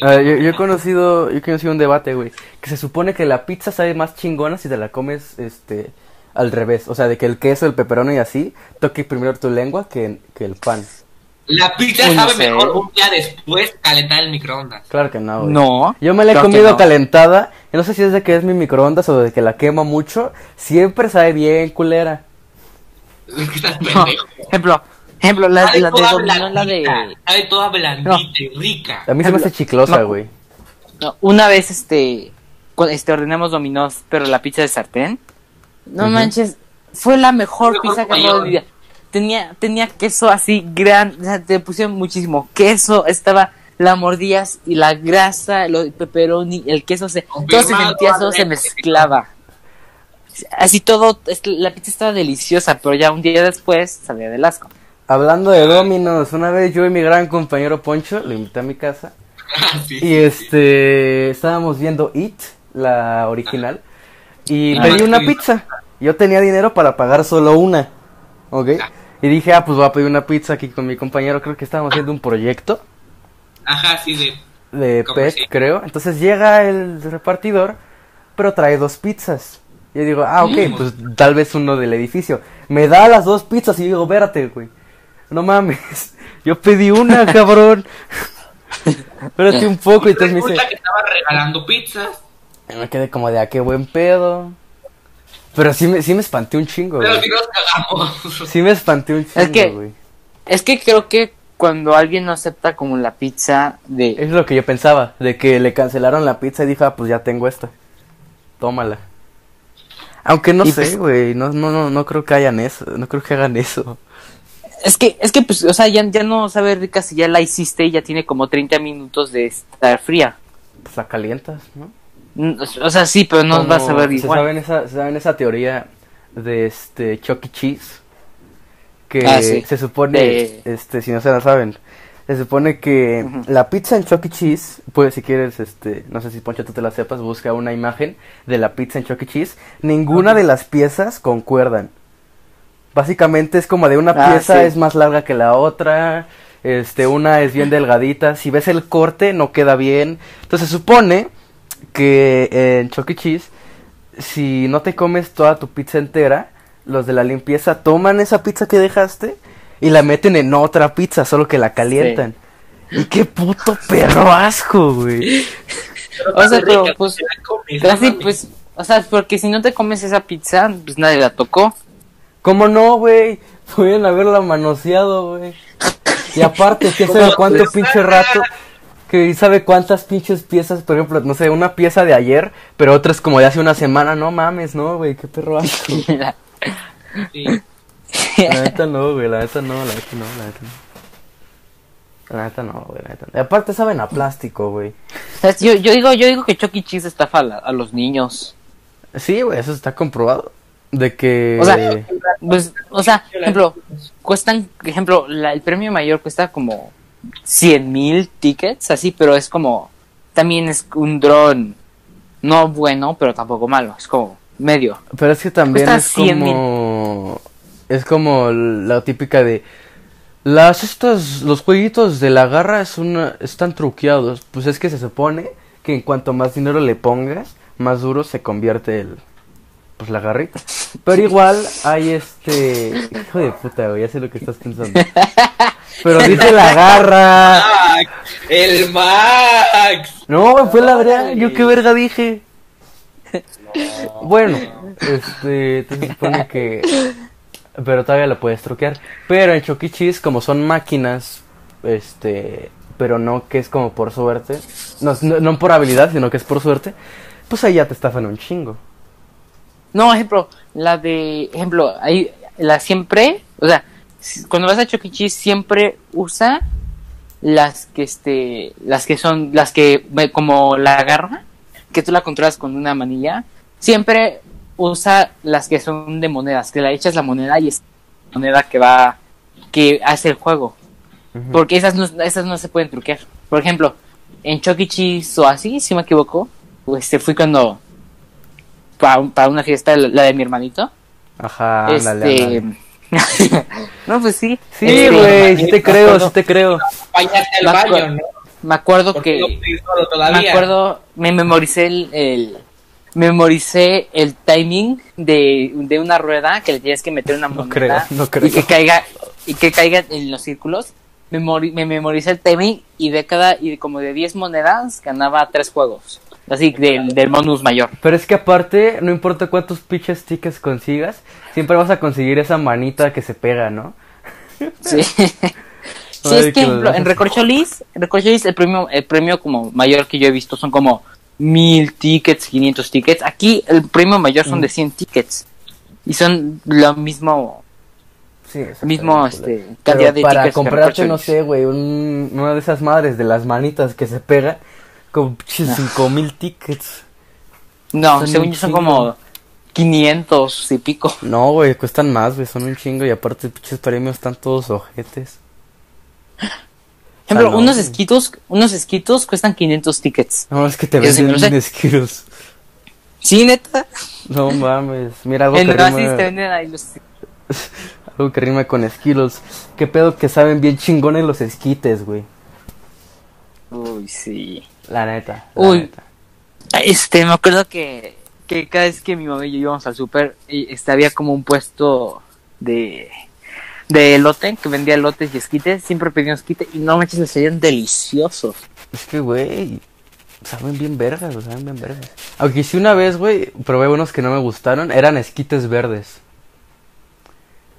[SPEAKER 1] Ah, yo, yo he conocido, yo he conocido un debate, güey, que se supone que la pizza sabe más chingona si te la comes, este, al revés. O sea, de que el queso, el peperón y así toque primero tu lengua que, que el pan.
[SPEAKER 3] La pizza
[SPEAKER 2] Uy, no
[SPEAKER 3] sabe
[SPEAKER 2] sé. ¿eh?
[SPEAKER 3] mejor un día después calentar el microondas.
[SPEAKER 1] Claro que no, güey.
[SPEAKER 2] No.
[SPEAKER 1] Yo me la he
[SPEAKER 2] Claro que
[SPEAKER 1] comido
[SPEAKER 2] no.
[SPEAKER 1] calentada, y no sé si es de que es mi microondas o de que la quema mucho, siempre sabe bien culera.
[SPEAKER 3] Estás
[SPEAKER 2] No.
[SPEAKER 3] pendejo.
[SPEAKER 2] Ejemplo, ejemplo, la,
[SPEAKER 3] Sabe
[SPEAKER 2] la de
[SPEAKER 3] toda
[SPEAKER 2] dominó, la de.
[SPEAKER 3] blandita, sabe toda blandita
[SPEAKER 2] No.
[SPEAKER 3] y rica.
[SPEAKER 1] A mí se me hace chiclosa,
[SPEAKER 2] No.
[SPEAKER 1] güey.
[SPEAKER 2] No, una vez este, cu- este ordenamos dominós, pero la pizza de sartén. No
[SPEAKER 1] Ujú.
[SPEAKER 2] manches, fue la mejor
[SPEAKER 3] Mejor
[SPEAKER 2] pizza que he
[SPEAKER 3] mayor.
[SPEAKER 2] probado en mi vida. Tenía, tenía queso así gran, o sea, te pusieron muchísimo queso, estaba la mordías y la grasa, lo- el pepperoni, el queso se, todo se
[SPEAKER 3] Confirmado,
[SPEAKER 2] mentía, todo se
[SPEAKER 3] Alex.
[SPEAKER 2] mezclaba. Así todo, es- la pizza estaba deliciosa, pero ya un día después sabía del asco.
[SPEAKER 1] Hablando de dominos, una vez yo y mi gran compañero Poncho lo invité a mi casa
[SPEAKER 3] Ah, sí.
[SPEAKER 1] y este estábamos viendo It, la original, y
[SPEAKER 2] Ah,
[SPEAKER 1] pedí una
[SPEAKER 3] sí.
[SPEAKER 1] pizza. Yo tenía dinero para pagar solo una, ¿ok?
[SPEAKER 3] Ah.
[SPEAKER 1] Y dije, ah, pues voy a pedir una pizza aquí con mi compañero, creo que estábamos haciendo un proyecto
[SPEAKER 3] Ajá, sí, de.
[SPEAKER 1] de
[SPEAKER 3] ¿Cómo
[SPEAKER 1] PET,
[SPEAKER 3] así?
[SPEAKER 1] creo. Entonces llega el repartidor, pero trae dos pizzas. Yo digo, ah, ok,
[SPEAKER 3] Mm.
[SPEAKER 1] pues tal vez uno del edificio. Me da las dos pizzas y digo, vérate, güey. No mames, yo pedí una, cabrón. Espérate un poco y entonces me
[SPEAKER 3] Resulta
[SPEAKER 1] dice,
[SPEAKER 3] que estaba regalando pizzas.
[SPEAKER 1] me quedé como de, ah, qué buen pedo. Pero sí me, sí me espanté un chingo,
[SPEAKER 2] Pues.
[SPEAKER 3] Pero si
[SPEAKER 1] güey.
[SPEAKER 3] nos cagamos.
[SPEAKER 1] Sí me espanté un chingo,
[SPEAKER 2] que-
[SPEAKER 1] güey.
[SPEAKER 2] Es que creo que cuando alguien no acepta como la pizza de
[SPEAKER 1] Es lo que yo pensaba, de que le cancelaron la pizza y dije, ah, pues ya tengo esta. Tómala. Aunque no
[SPEAKER 2] Y
[SPEAKER 1] sé,
[SPEAKER 2] pues-
[SPEAKER 1] güey, no, no, no, no creo que hayan eso, no creo que hagan eso.
[SPEAKER 2] Es que, es que, pues, o sea, ya, ya no sabe rica si ya la hiciste y ya tiene como 30 minutos de estar fría.
[SPEAKER 1] Pues la calientas, ¿no?
[SPEAKER 2] Mm, O o sea, sí, pero no
[SPEAKER 1] Como
[SPEAKER 2] vas a ver
[SPEAKER 1] se
[SPEAKER 2] igual.
[SPEAKER 1] Saben esa, se saben esa teoría de este Chuck E. Cheese? Que
[SPEAKER 2] Ah, sí.
[SPEAKER 1] se supone,
[SPEAKER 2] De-
[SPEAKER 1] este, si no se la saben, se supone que
[SPEAKER 2] Ujú.
[SPEAKER 1] la pizza en Chuck E. Cheese, pues si quieres, este, no sé si Poncho tú te la sepas, busca una imagen de la pizza en Chuck E. Cheese. Ninguna de las piezas concuerdan. Básicamente es como de una
[SPEAKER 2] Ah,
[SPEAKER 1] pieza
[SPEAKER 2] sí.
[SPEAKER 1] es más larga que la otra, este, una es bien delgadita, si ves el corte no queda bien. Entonces se supone que en Chuck E. Cheese, si no te comes toda tu pizza entera, los de la limpieza toman esa pizza que dejaste y la meten en otra pizza, solo que la calientan. Y qué puto perro asco, güey.
[SPEAKER 2] O sea, pero,
[SPEAKER 3] rica,
[SPEAKER 2] pues,
[SPEAKER 3] te la comes, no
[SPEAKER 2] Casi,
[SPEAKER 3] mames.
[SPEAKER 2] pues, o sea, porque si no te comes esa pizza, pues nadie la tocó.
[SPEAKER 1] ¿Cómo no, güey? Pueden haberla manoseado, güey. Y aparte, ¿quién sabe
[SPEAKER 3] ¿Cómo
[SPEAKER 1] cuánto
[SPEAKER 3] te
[SPEAKER 1] pinche rato? Que sabe cuántas pinches piezas, por ejemplo, no sé, una pieza de ayer, pero otra es como de hace una semana. No mames, no, güey, qué perro asco.
[SPEAKER 3] Sí.
[SPEAKER 1] La neta no, güey, la neta no, la neta no, la neta no. La neta no, güey, la neta no. Y aparte saben a plástico, güey.
[SPEAKER 2] O sea, yo, yo digo, yo digo que Chucky Cheese estafa a, la- a los niños.
[SPEAKER 1] Sí, güey, eso está comprobado. De que...
[SPEAKER 2] O sea, pues, o sea, ejemplo, cuestan, ejemplo, la- el premio mayor cuesta como 100 mil tickets, así, pero es como, también es un dron, no bueno, pero tampoco malo, es como medio.
[SPEAKER 1] Pero es que también
[SPEAKER 2] Cuesta
[SPEAKER 1] es
[SPEAKER 2] 100 mil.
[SPEAKER 1] como... Es como la típica de... Las estos, los jueguitos de la garra es una- están truqueados. Pues es que se supone que en cuanto más dinero le pongas, más duro se convierte el... Pues la garrita. Pero igual hay este... Hijo de puta, güey, ya sé lo que estás pensando. Pero dice la garra.
[SPEAKER 3] Max, el Max.
[SPEAKER 1] No, güey, fue la verdad. Yo qué verga dije. Bueno, este, te supone que... Pero todavía la puedes truquear. Pero en Chucky Cheese, como son máquinas, este, pero no que es como por suerte, no, no- no por habilidad, sino que es por suerte, pues ahí ya te estafan un chingo.
[SPEAKER 2] No, ejemplo, la de, ejemplo, ahí, la siempre, o sea, si- cuando vas a Chucky Cheese siempre usa las que, este, las que son, las que, ve- como la garra, que tú la controlas con una manilla, siempre usa las que son de monedas, que la echas la moneda y es la moneda que va, que hace el juego,
[SPEAKER 1] Ujú.
[SPEAKER 2] porque esas no, esas no se pueden truquear. Por ejemplo, en Chucky Cheese o así, si me equivoco, este, fui cuando, para una fiesta, la- la de mi hermanito,
[SPEAKER 1] Ajá, ándale,
[SPEAKER 2] este...
[SPEAKER 1] ándale.
[SPEAKER 2] no, pues sí.
[SPEAKER 1] Sí,
[SPEAKER 2] Este,
[SPEAKER 1] güey, sí
[SPEAKER 2] me-
[SPEAKER 1] te
[SPEAKER 2] me
[SPEAKER 1] creo, sí
[SPEAKER 2] acuerdo-
[SPEAKER 1] te creo.
[SPEAKER 3] Bañaste al
[SPEAKER 2] Me
[SPEAKER 3] baño,
[SPEAKER 2] acuerdo-
[SPEAKER 3] ¿no?
[SPEAKER 2] Me acuerdo
[SPEAKER 3] Porque
[SPEAKER 2] que...
[SPEAKER 3] no pedí solo todavía.
[SPEAKER 2] Me acuerdo... Me memoricé el... el- memoricé el timing de, de una rueda que le tienes que meter una
[SPEAKER 1] No creo,
[SPEAKER 2] moneda
[SPEAKER 1] no creo.
[SPEAKER 2] y que caiga y que caiga en los círculos Memori- me memoricé el timing y de cada y de como de 10 monedas ganaba tres juegos así del, del bonus mayor
[SPEAKER 1] Pero es que aparte, no importa cuántos pinches tickets consigas, siempre vas a conseguir esa manita que se pega, ¿no?
[SPEAKER 2] Sí. Sí,
[SPEAKER 1] Ay,
[SPEAKER 2] es que
[SPEAKER 1] que
[SPEAKER 2] en,
[SPEAKER 1] los
[SPEAKER 2] en
[SPEAKER 1] haces-
[SPEAKER 2] Recorcholis, en Recorcholis el premio, el premio como mayor que yo he visto son como mil tickets, 500 tickets. Aquí el premio mayor son de 100 tickets. Y son lo mismo,
[SPEAKER 1] Sí, eso
[SPEAKER 2] mismo
[SPEAKER 1] está bien,
[SPEAKER 2] este,
[SPEAKER 1] culero.
[SPEAKER 2] cantidad
[SPEAKER 1] Pero
[SPEAKER 2] de
[SPEAKER 1] para
[SPEAKER 2] tickets. que
[SPEAKER 1] comprarte, no
[SPEAKER 2] Recorcholis.
[SPEAKER 1] sé, güey, un- una de esas madres de las manitas que se pega con
[SPEAKER 2] Ah.
[SPEAKER 1] pinches cinco mil tickets.
[SPEAKER 2] No,
[SPEAKER 1] Son
[SPEAKER 2] según
[SPEAKER 1] un
[SPEAKER 2] yo son
[SPEAKER 1] chingo. Ah,
[SPEAKER 2] como 500 y pico.
[SPEAKER 1] No, güey, cuestan más, güey, son un chingo y aparte pinches premios están todos ojetes.
[SPEAKER 2] Por ejemplo,
[SPEAKER 1] Ah, no.
[SPEAKER 2] unos esquitos, unos esquitos cuestan 500 tickets.
[SPEAKER 1] No, es que te
[SPEAKER 2] Yo sí me
[SPEAKER 1] venden
[SPEAKER 2] lo sé.
[SPEAKER 1] esquiros.
[SPEAKER 2] Sí, neta.
[SPEAKER 1] No mames, mira algo
[SPEAKER 2] En
[SPEAKER 1] que rima,
[SPEAKER 2] Oasis te venden ahí los
[SPEAKER 1] algo que rima con esquiros. Qué pedo que saben bien chingones los esquites, güey.
[SPEAKER 2] Uy, sí.
[SPEAKER 1] La neta, la
[SPEAKER 2] Uy.
[SPEAKER 1] neta.
[SPEAKER 2] Este, me acuerdo que, que cada vez que mi mamá y yo íbamos al súper, y, este, había como un puesto de, de elote, que vendía elotes y esquites, siempre pedíamos esquite, y no manches, les salían deliciosos.
[SPEAKER 1] Pues Es que, güey, saben bien vergas, güey, saben bien vergas. Aunque sí una vez, güey, probé unos que no me gustaron, eran esquites verdes.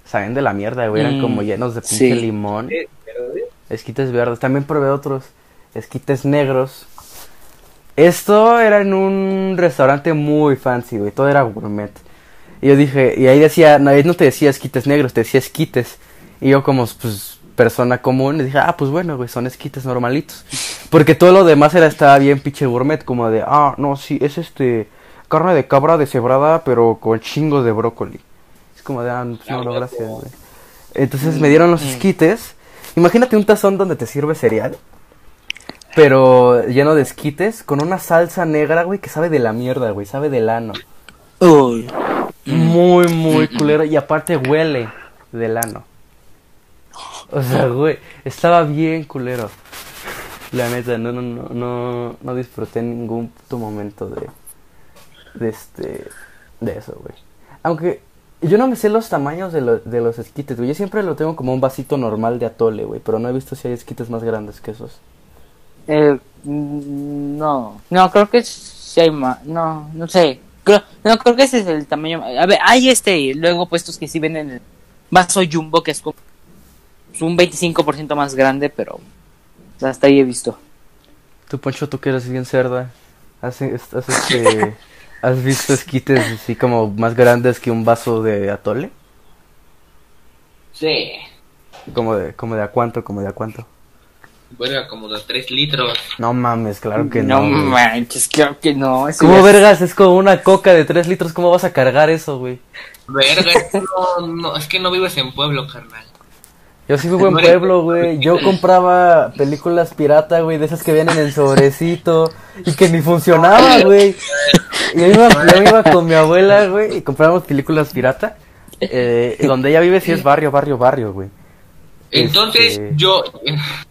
[SPEAKER 1] Saben de la mierda, güey, eran
[SPEAKER 2] Mm,
[SPEAKER 1] como llenos de pinche
[SPEAKER 2] sí.
[SPEAKER 1] limón.
[SPEAKER 3] Eh, pero, eh,
[SPEAKER 1] Esquites verdes, también probé otros, esquites negros. Esto era en un restaurante muy fancy, güey, todo era gourmet. Y yo dije, y ahí decía, no, ahí no te decía esquites negros, te decía esquites. Y yo como, pues, persona común, le dije, ah, pues bueno, güey, son esquites normalitos. Porque todo lo demás era, estaba bien pinche gourmet, como de, ah, no, sí, es este, carne de cabra deshebrada, pero con chingos de brócoli. Es como de, ah, pues, no, no, gracias, güey. Entonces me dieron los esquites. Imagínate un tazón donde te sirve cereal, pero lleno de esquites, con una salsa negra, güey, que sabe de la mierda, güey, sabe del ano.
[SPEAKER 2] Uy.
[SPEAKER 1] Muy, muy culero. Y aparte huele del ano. O sea, güey, estaba bien culero. La neta, no, no, no, no, no disfruté ningún puto momento de, de este, de eso, güey. Aunque Yo no me sé los tamaños de, lo- de los esquites, güey. Yo siempre lo tengo como un vasito normal de atole, güey. Pero no he visto si hay esquites más grandes que esos.
[SPEAKER 2] Eh, mm, no, no, creo que sí hay más. No, no sé. Creo, no, creo que ese es el tamaño. A ver, hay este. Luego puestos que sí venden el vaso jumbo, que es como es un 25% más grande, pero hasta ahí he visto.
[SPEAKER 1] Tú, Poncho, tú que eres bien cerda. Has, has- has, este, ¿has visto esquites así como más grandes que un vaso de atole?
[SPEAKER 3] Sí.
[SPEAKER 1] Como de, como de a cuánto, como de a cuánto.
[SPEAKER 3] Bueno, como de 3 litros.
[SPEAKER 1] No mames, claro que
[SPEAKER 2] no
[SPEAKER 1] no. güey.
[SPEAKER 2] manches, creo que no. eso
[SPEAKER 1] ¿Cómo
[SPEAKER 2] ya-
[SPEAKER 1] vergas? Es como una coca de 3 litros. ¿Cómo vas a cargar eso, güey?
[SPEAKER 3] Verga, es que no, no, es que no vives en pueblo, carnal.
[SPEAKER 1] Yo sí vivo en
[SPEAKER 3] Muere.
[SPEAKER 1] pueblo, güey. Yo compraba películas pirata, güey, de esas que vienen en sobrecito y que ni funcionaba, güey. Y Yo iba, yo iba con mi abuela, güey, y comprábamos películas pirata. Eh, donde ella vive sí es barrio, barrio, barrio, güey.
[SPEAKER 3] Entonces,
[SPEAKER 1] Este-
[SPEAKER 3] yo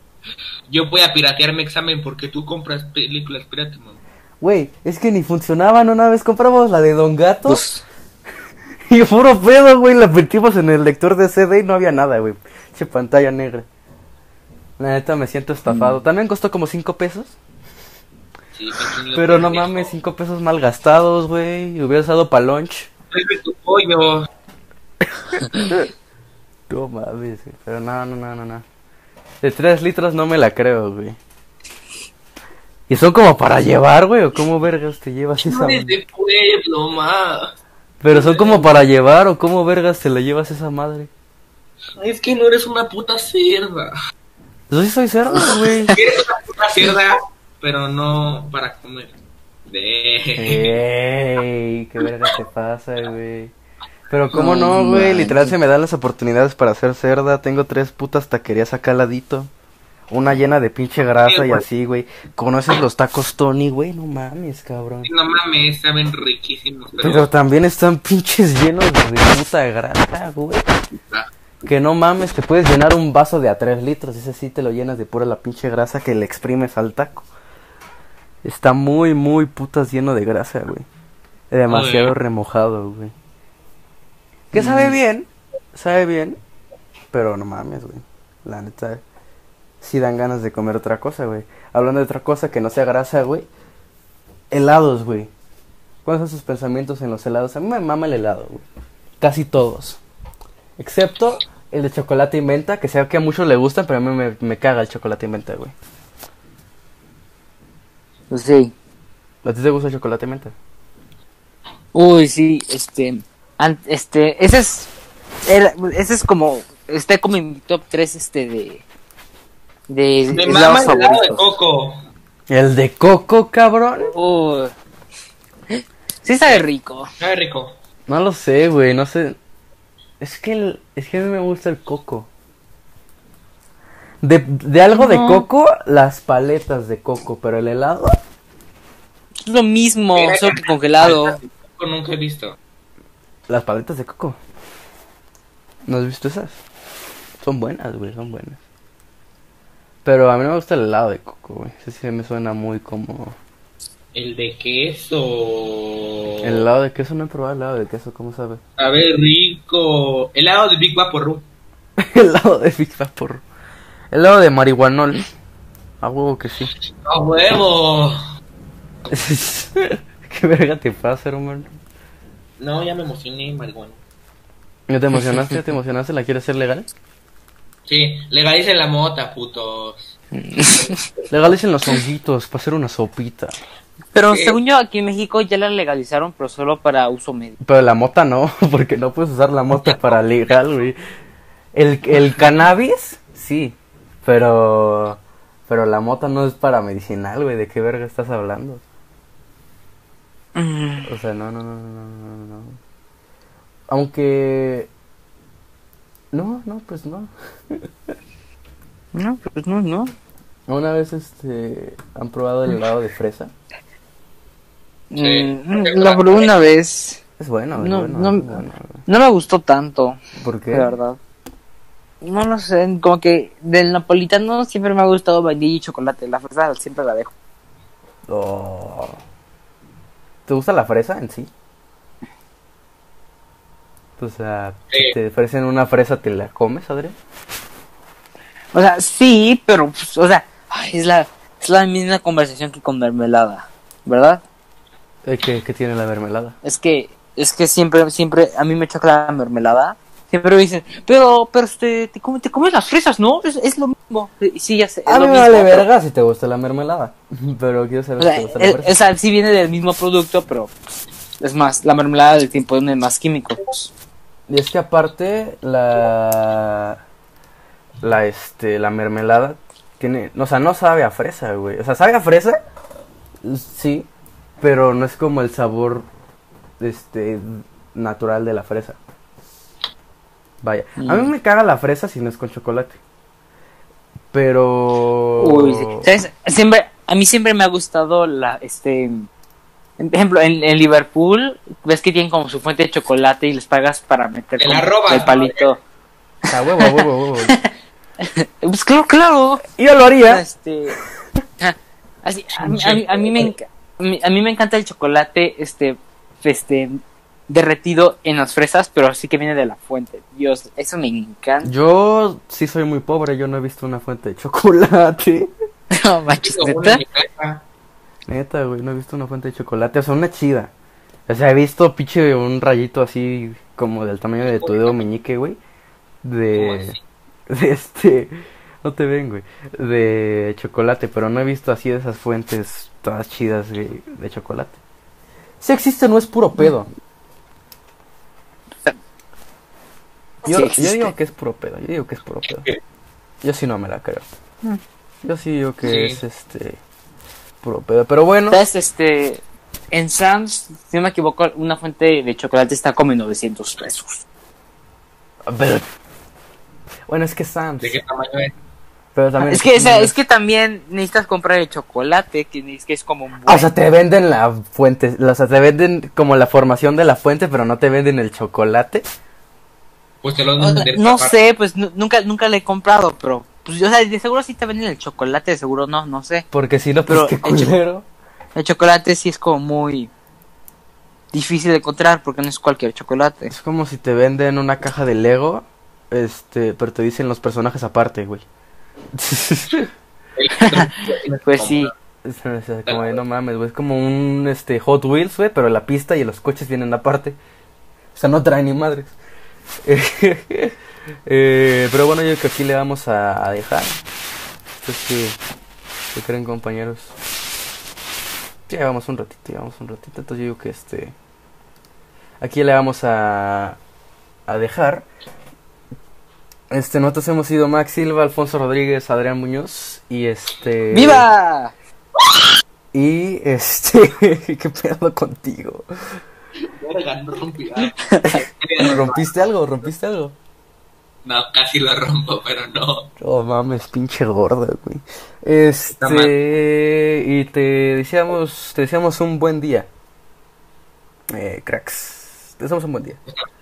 [SPEAKER 3] yo voy a piratear mi examen porque tú compras películas piratas, mamá.
[SPEAKER 1] Güey, es que ni funcionaban. Una vez compramos la de Don Gato
[SPEAKER 2] Pues,
[SPEAKER 1] y puro pedo, güey. La metimos en el lector de CD y no había nada, güey. Che pantalla negra. La neta me siento estafado. También costó como 5 pesos.
[SPEAKER 3] Sí, pequeño
[SPEAKER 1] Pero no
[SPEAKER 3] pendejo.
[SPEAKER 1] mames, cinco pesos mal gastados, güey. Hubiera usado pa' lunch.
[SPEAKER 3] Vuelve tu pollo.
[SPEAKER 1] No mames, güey. Pero no, no, no, no, no. De tres litros no me la creo, güey. ¿Y son como para llevar, güey? ¿O cómo vergas te llevas esa
[SPEAKER 3] No eres de pueblo, ma.
[SPEAKER 1] ¿Pero son como para llevar o cómo vergas te la llevas esa madre?
[SPEAKER 3] Es que no eres una puta cerda.
[SPEAKER 1] Yo sí soy cerdo, güey.
[SPEAKER 3] Eres una puta cerda, pero no para comer.
[SPEAKER 1] Eh.
[SPEAKER 3] De...
[SPEAKER 1] Ey, qué verga te pasa, güey. Pero cómo no, güey, literal se me dan las oportunidades para hacer cerda. Tengo tres putas taquerías acá al ladito. Una llena de pinche grasa y así, güey. ¿Conoces los tacos Tony, güey? No mames, cabrón.
[SPEAKER 3] No mames, saben riquísimos.
[SPEAKER 1] Pero
[SPEAKER 3] Pero...
[SPEAKER 1] también están pinches llenos de puta grasa, güey. Que no mames, te puedes llenar un vaso de a 3 litros. Ese sí te lo llenas de pura la pinche grasa que le exprimes al taco. Está muy, muy putas lleno de grasa, güey. Demasiado
[SPEAKER 3] Ay.
[SPEAKER 1] remojado, güey. Que sabe bien, sabe bien. Pero no mames, güey. La neta, sí dan ganas de comer otra cosa, güey. Hablando de otra cosa que no sea grasa, güey. Helados, güey. ¿Cuáles son sus pensamientos en los helados? A mí me mama el helado, güey. Casi todos. Excepto el de chocolate y menta, que sé que a muchos le gustan, pero a mí me, me caga el chocolate y menta, güey.
[SPEAKER 2] pues sí.
[SPEAKER 1] ¿A ti te gusta el chocolate y menta?
[SPEAKER 2] Uy, sí, este, an- este, ese es, era- ese es como, está como en mi top 3, este, de, de,
[SPEAKER 3] Me
[SPEAKER 2] de
[SPEAKER 3] mama
[SPEAKER 2] helados
[SPEAKER 3] el helado de
[SPEAKER 2] favoritos.
[SPEAKER 3] coco.
[SPEAKER 1] El de coco, cabrón.
[SPEAKER 2] Uy. sí sabe rico.
[SPEAKER 3] Sabe rico.
[SPEAKER 1] No lo sé, güey, no sé. Es que el- es que a mí me gusta el coco. De, de algo de
[SPEAKER 2] No.
[SPEAKER 1] coco, las paletas de coco, pero el helado.
[SPEAKER 2] Es lo mismo,
[SPEAKER 3] Mira,
[SPEAKER 2] solo que congelado.
[SPEAKER 3] Coco nunca he visto.
[SPEAKER 1] Las paletas de coco. ¿No has visto esas? Son buenas, güey, son buenas. Pero a mí no me gusta el helado de coco, güey. Ese sí me suena muy como.
[SPEAKER 3] El de queso.
[SPEAKER 1] El helado de queso, no he probado el helado de queso, ¿cómo sabe?
[SPEAKER 3] Sabe rico. Helado de Big Vaporru.
[SPEAKER 1] el helado de Big Vapor. El helado de marihuanol. A huevo que sí.
[SPEAKER 3] ¡A huevo!
[SPEAKER 1] ¿Qué verga te pasa, hermano?
[SPEAKER 3] No, ya me emocioné, marihuana.
[SPEAKER 1] ¿No te emocionaste? ¿Ya ¿Te emocionaste? ¿La quieres hacer legal?
[SPEAKER 3] Sí, legalicen la mota, putos.
[SPEAKER 1] Legalicen los honguitos para hacer una sopita.
[SPEAKER 2] Pero
[SPEAKER 3] Sí.
[SPEAKER 2] según yo, aquí en México ya la legalizaron, pero solo para uso médico.
[SPEAKER 1] Pero la mota no, porque no puedes usar la mota para legal, güey. El, el cannabis, sí, pero... Pero la mota no es para medicinal, güey. ¿De qué verga estás hablando?
[SPEAKER 2] Mm,
[SPEAKER 1] O sea, no, no, no, no, no, no, no. Aunque... No, no, pues no.
[SPEAKER 2] No, pues no, no.
[SPEAKER 1] Una vez, este... ¿Han probado el helado de fresa?
[SPEAKER 3] Sí.
[SPEAKER 2] Mm, lo probé una vez.
[SPEAKER 1] Es bueno, es
[SPEAKER 2] No,
[SPEAKER 1] bueno,
[SPEAKER 2] no-
[SPEAKER 1] es bueno.
[SPEAKER 2] No me gustó tanto.
[SPEAKER 1] ¿Por qué?
[SPEAKER 2] De verdad. No lo sé, como que del napolitano siempre me ha gustado vainilla y chocolate. La fresa siempre la dejo.
[SPEAKER 1] Oh. ¿Te gusta la fresa en sí? O sea,
[SPEAKER 3] Sí.
[SPEAKER 1] si te ofrecen una fresa, ¿te la comes, Adrián?
[SPEAKER 2] O sea, sí, pero, pues, o sea, ay, es, la, es la misma conversación que con mermelada, ¿verdad?
[SPEAKER 1] Eh, ¿Qué, qué tiene la mermelada?
[SPEAKER 2] Es que, es que siempre, siempre, a mí me choca la mermelada. Siempre me dicen, pero, pero este, te, come- te comes las fresas, ¿no? Es, es lo mismo. Sí, ya sé. Es
[SPEAKER 1] A
[SPEAKER 2] lo
[SPEAKER 1] mí me
[SPEAKER 2] mismo,
[SPEAKER 1] vale
[SPEAKER 2] pero-
[SPEAKER 1] verga si te gusta la mermelada. Pero quiero
[SPEAKER 2] O
[SPEAKER 1] saber
[SPEAKER 2] sea,
[SPEAKER 1] si te gusta la
[SPEAKER 2] es,
[SPEAKER 1] fresa.
[SPEAKER 2] es al- sí viene del mismo producto, pero es más, la mermelada del tiempo tiene más químicos.
[SPEAKER 1] Y es que aparte, la. La, este, la mermelada tiene. O sea, no sabe a fresa, güey. O sea, sabe a fresa. Sí. Pero no es como el sabor. Este. Natural de la fresa. Vaya. A mí
[SPEAKER 2] Mm.
[SPEAKER 1] me caga la fresa si no es con chocolate. Pero.
[SPEAKER 2] Uy, sí.
[SPEAKER 1] Oh.
[SPEAKER 2] ¿Sabes? Siempre, a mí siempre me ha gustado la, este, por ejemplo, en, en Liverpool, ves que tienen como su fuente de chocolate y les pagas para meter
[SPEAKER 3] Te
[SPEAKER 2] como
[SPEAKER 3] la roban,
[SPEAKER 2] el palito.
[SPEAKER 1] A huevo, a huevo, a huevo.
[SPEAKER 2] Pues claro, claro.
[SPEAKER 1] Yo lo haría.
[SPEAKER 2] Este, ah, así, a, mí, a mí- a mí me enca- a mí- a mí me encanta el chocolate, este, este, derretido en las fresas, pero así que viene de la fuente. Dios, eso me encanta.
[SPEAKER 1] Yo sí soy muy pobre, yo no he visto una fuente de chocolate.
[SPEAKER 2] No manches,
[SPEAKER 3] Tengo una en
[SPEAKER 2] ¿neta?
[SPEAKER 3] mi casa.
[SPEAKER 1] Neta, güey, no he visto una fuente de chocolate, o sea, una chida. O sea, he visto pinche un rayito así como del tamaño de tu dedo meñique, güey. De, de este, no te ven, güey, de chocolate, pero no he visto así de esas fuentes todas chidas güey, de chocolate. Si existe, no es puro pedo.
[SPEAKER 2] Sí
[SPEAKER 1] Yo, yo
[SPEAKER 2] existe.
[SPEAKER 1] digo que es puro pedo, yo digo que es puro pedo. Yo sí no me la creo. Yo sí digo que
[SPEAKER 3] Sí.
[SPEAKER 1] es este puro pedo, pero bueno.
[SPEAKER 2] ¿Sabes? Este, en Sam's, si no me equivoco, una fuente de chocolate está como en 900 pesos.
[SPEAKER 1] A ver. Bueno, es que Sans.
[SPEAKER 3] ¿De qué tamaño es?
[SPEAKER 1] Pero también.
[SPEAKER 2] Es que, o sea, es que también necesitas comprar el chocolate, que es, que es como un
[SPEAKER 1] Ah,
[SPEAKER 2] buen-
[SPEAKER 1] O sea, te venden la fuente. O sea, te venden como la formación de la fuente, pero no te venden el chocolate.
[SPEAKER 3] Pues te lo
[SPEAKER 2] O
[SPEAKER 3] van a
[SPEAKER 2] sea,
[SPEAKER 3] vender
[SPEAKER 2] no
[SPEAKER 3] capaz.
[SPEAKER 2] sé, pues nu- nunca, nunca le he comprado, pero, pues, o sea, de seguro sí te venden el chocolate, de seguro no, no sé.
[SPEAKER 1] Porque si no, pues
[SPEAKER 2] Pero
[SPEAKER 1] qué
[SPEAKER 2] el cho-
[SPEAKER 1] culero.
[SPEAKER 2] El chocolate sí es como muy difícil de encontrar porque no es cualquier chocolate.
[SPEAKER 1] Es como si te venden una caja de Lego. Este, pero te dicen los personajes aparte, güey.
[SPEAKER 2] Pues sí,
[SPEAKER 1] Es- o sea, como de, no mames, güey. Es como un este, Hot Wheels, güey, pero la pista y los coches vienen aparte. O sea, no traen ni madres. Eh, pero bueno, yo creo que aquí le vamos a, a dejar. Entonces, ¿qué, qué creen, compañeros? Ya llevamos un ratito, llevamos un ratito. Entonces, yo digo que este. Aquí le vamos a, a dejar. Este, nosotros hemos sido Max Silva, Alfonso Rodríguez, Adrián Muñoz y este.
[SPEAKER 2] ¡Viva!
[SPEAKER 1] Y este, ¿qué pedo contigo?
[SPEAKER 3] Verga, no rompí. Ah,
[SPEAKER 1] ¿Rompiste algo? ¿Rompiste algo?
[SPEAKER 3] No, casi lo rompo, pero no.
[SPEAKER 1] Oh mames, pinche gorda, güey.
[SPEAKER 3] Está mal.
[SPEAKER 1] Este, y te deseamos, te deseamos un buen día. Eh, cracks. Te deseamos un buen día.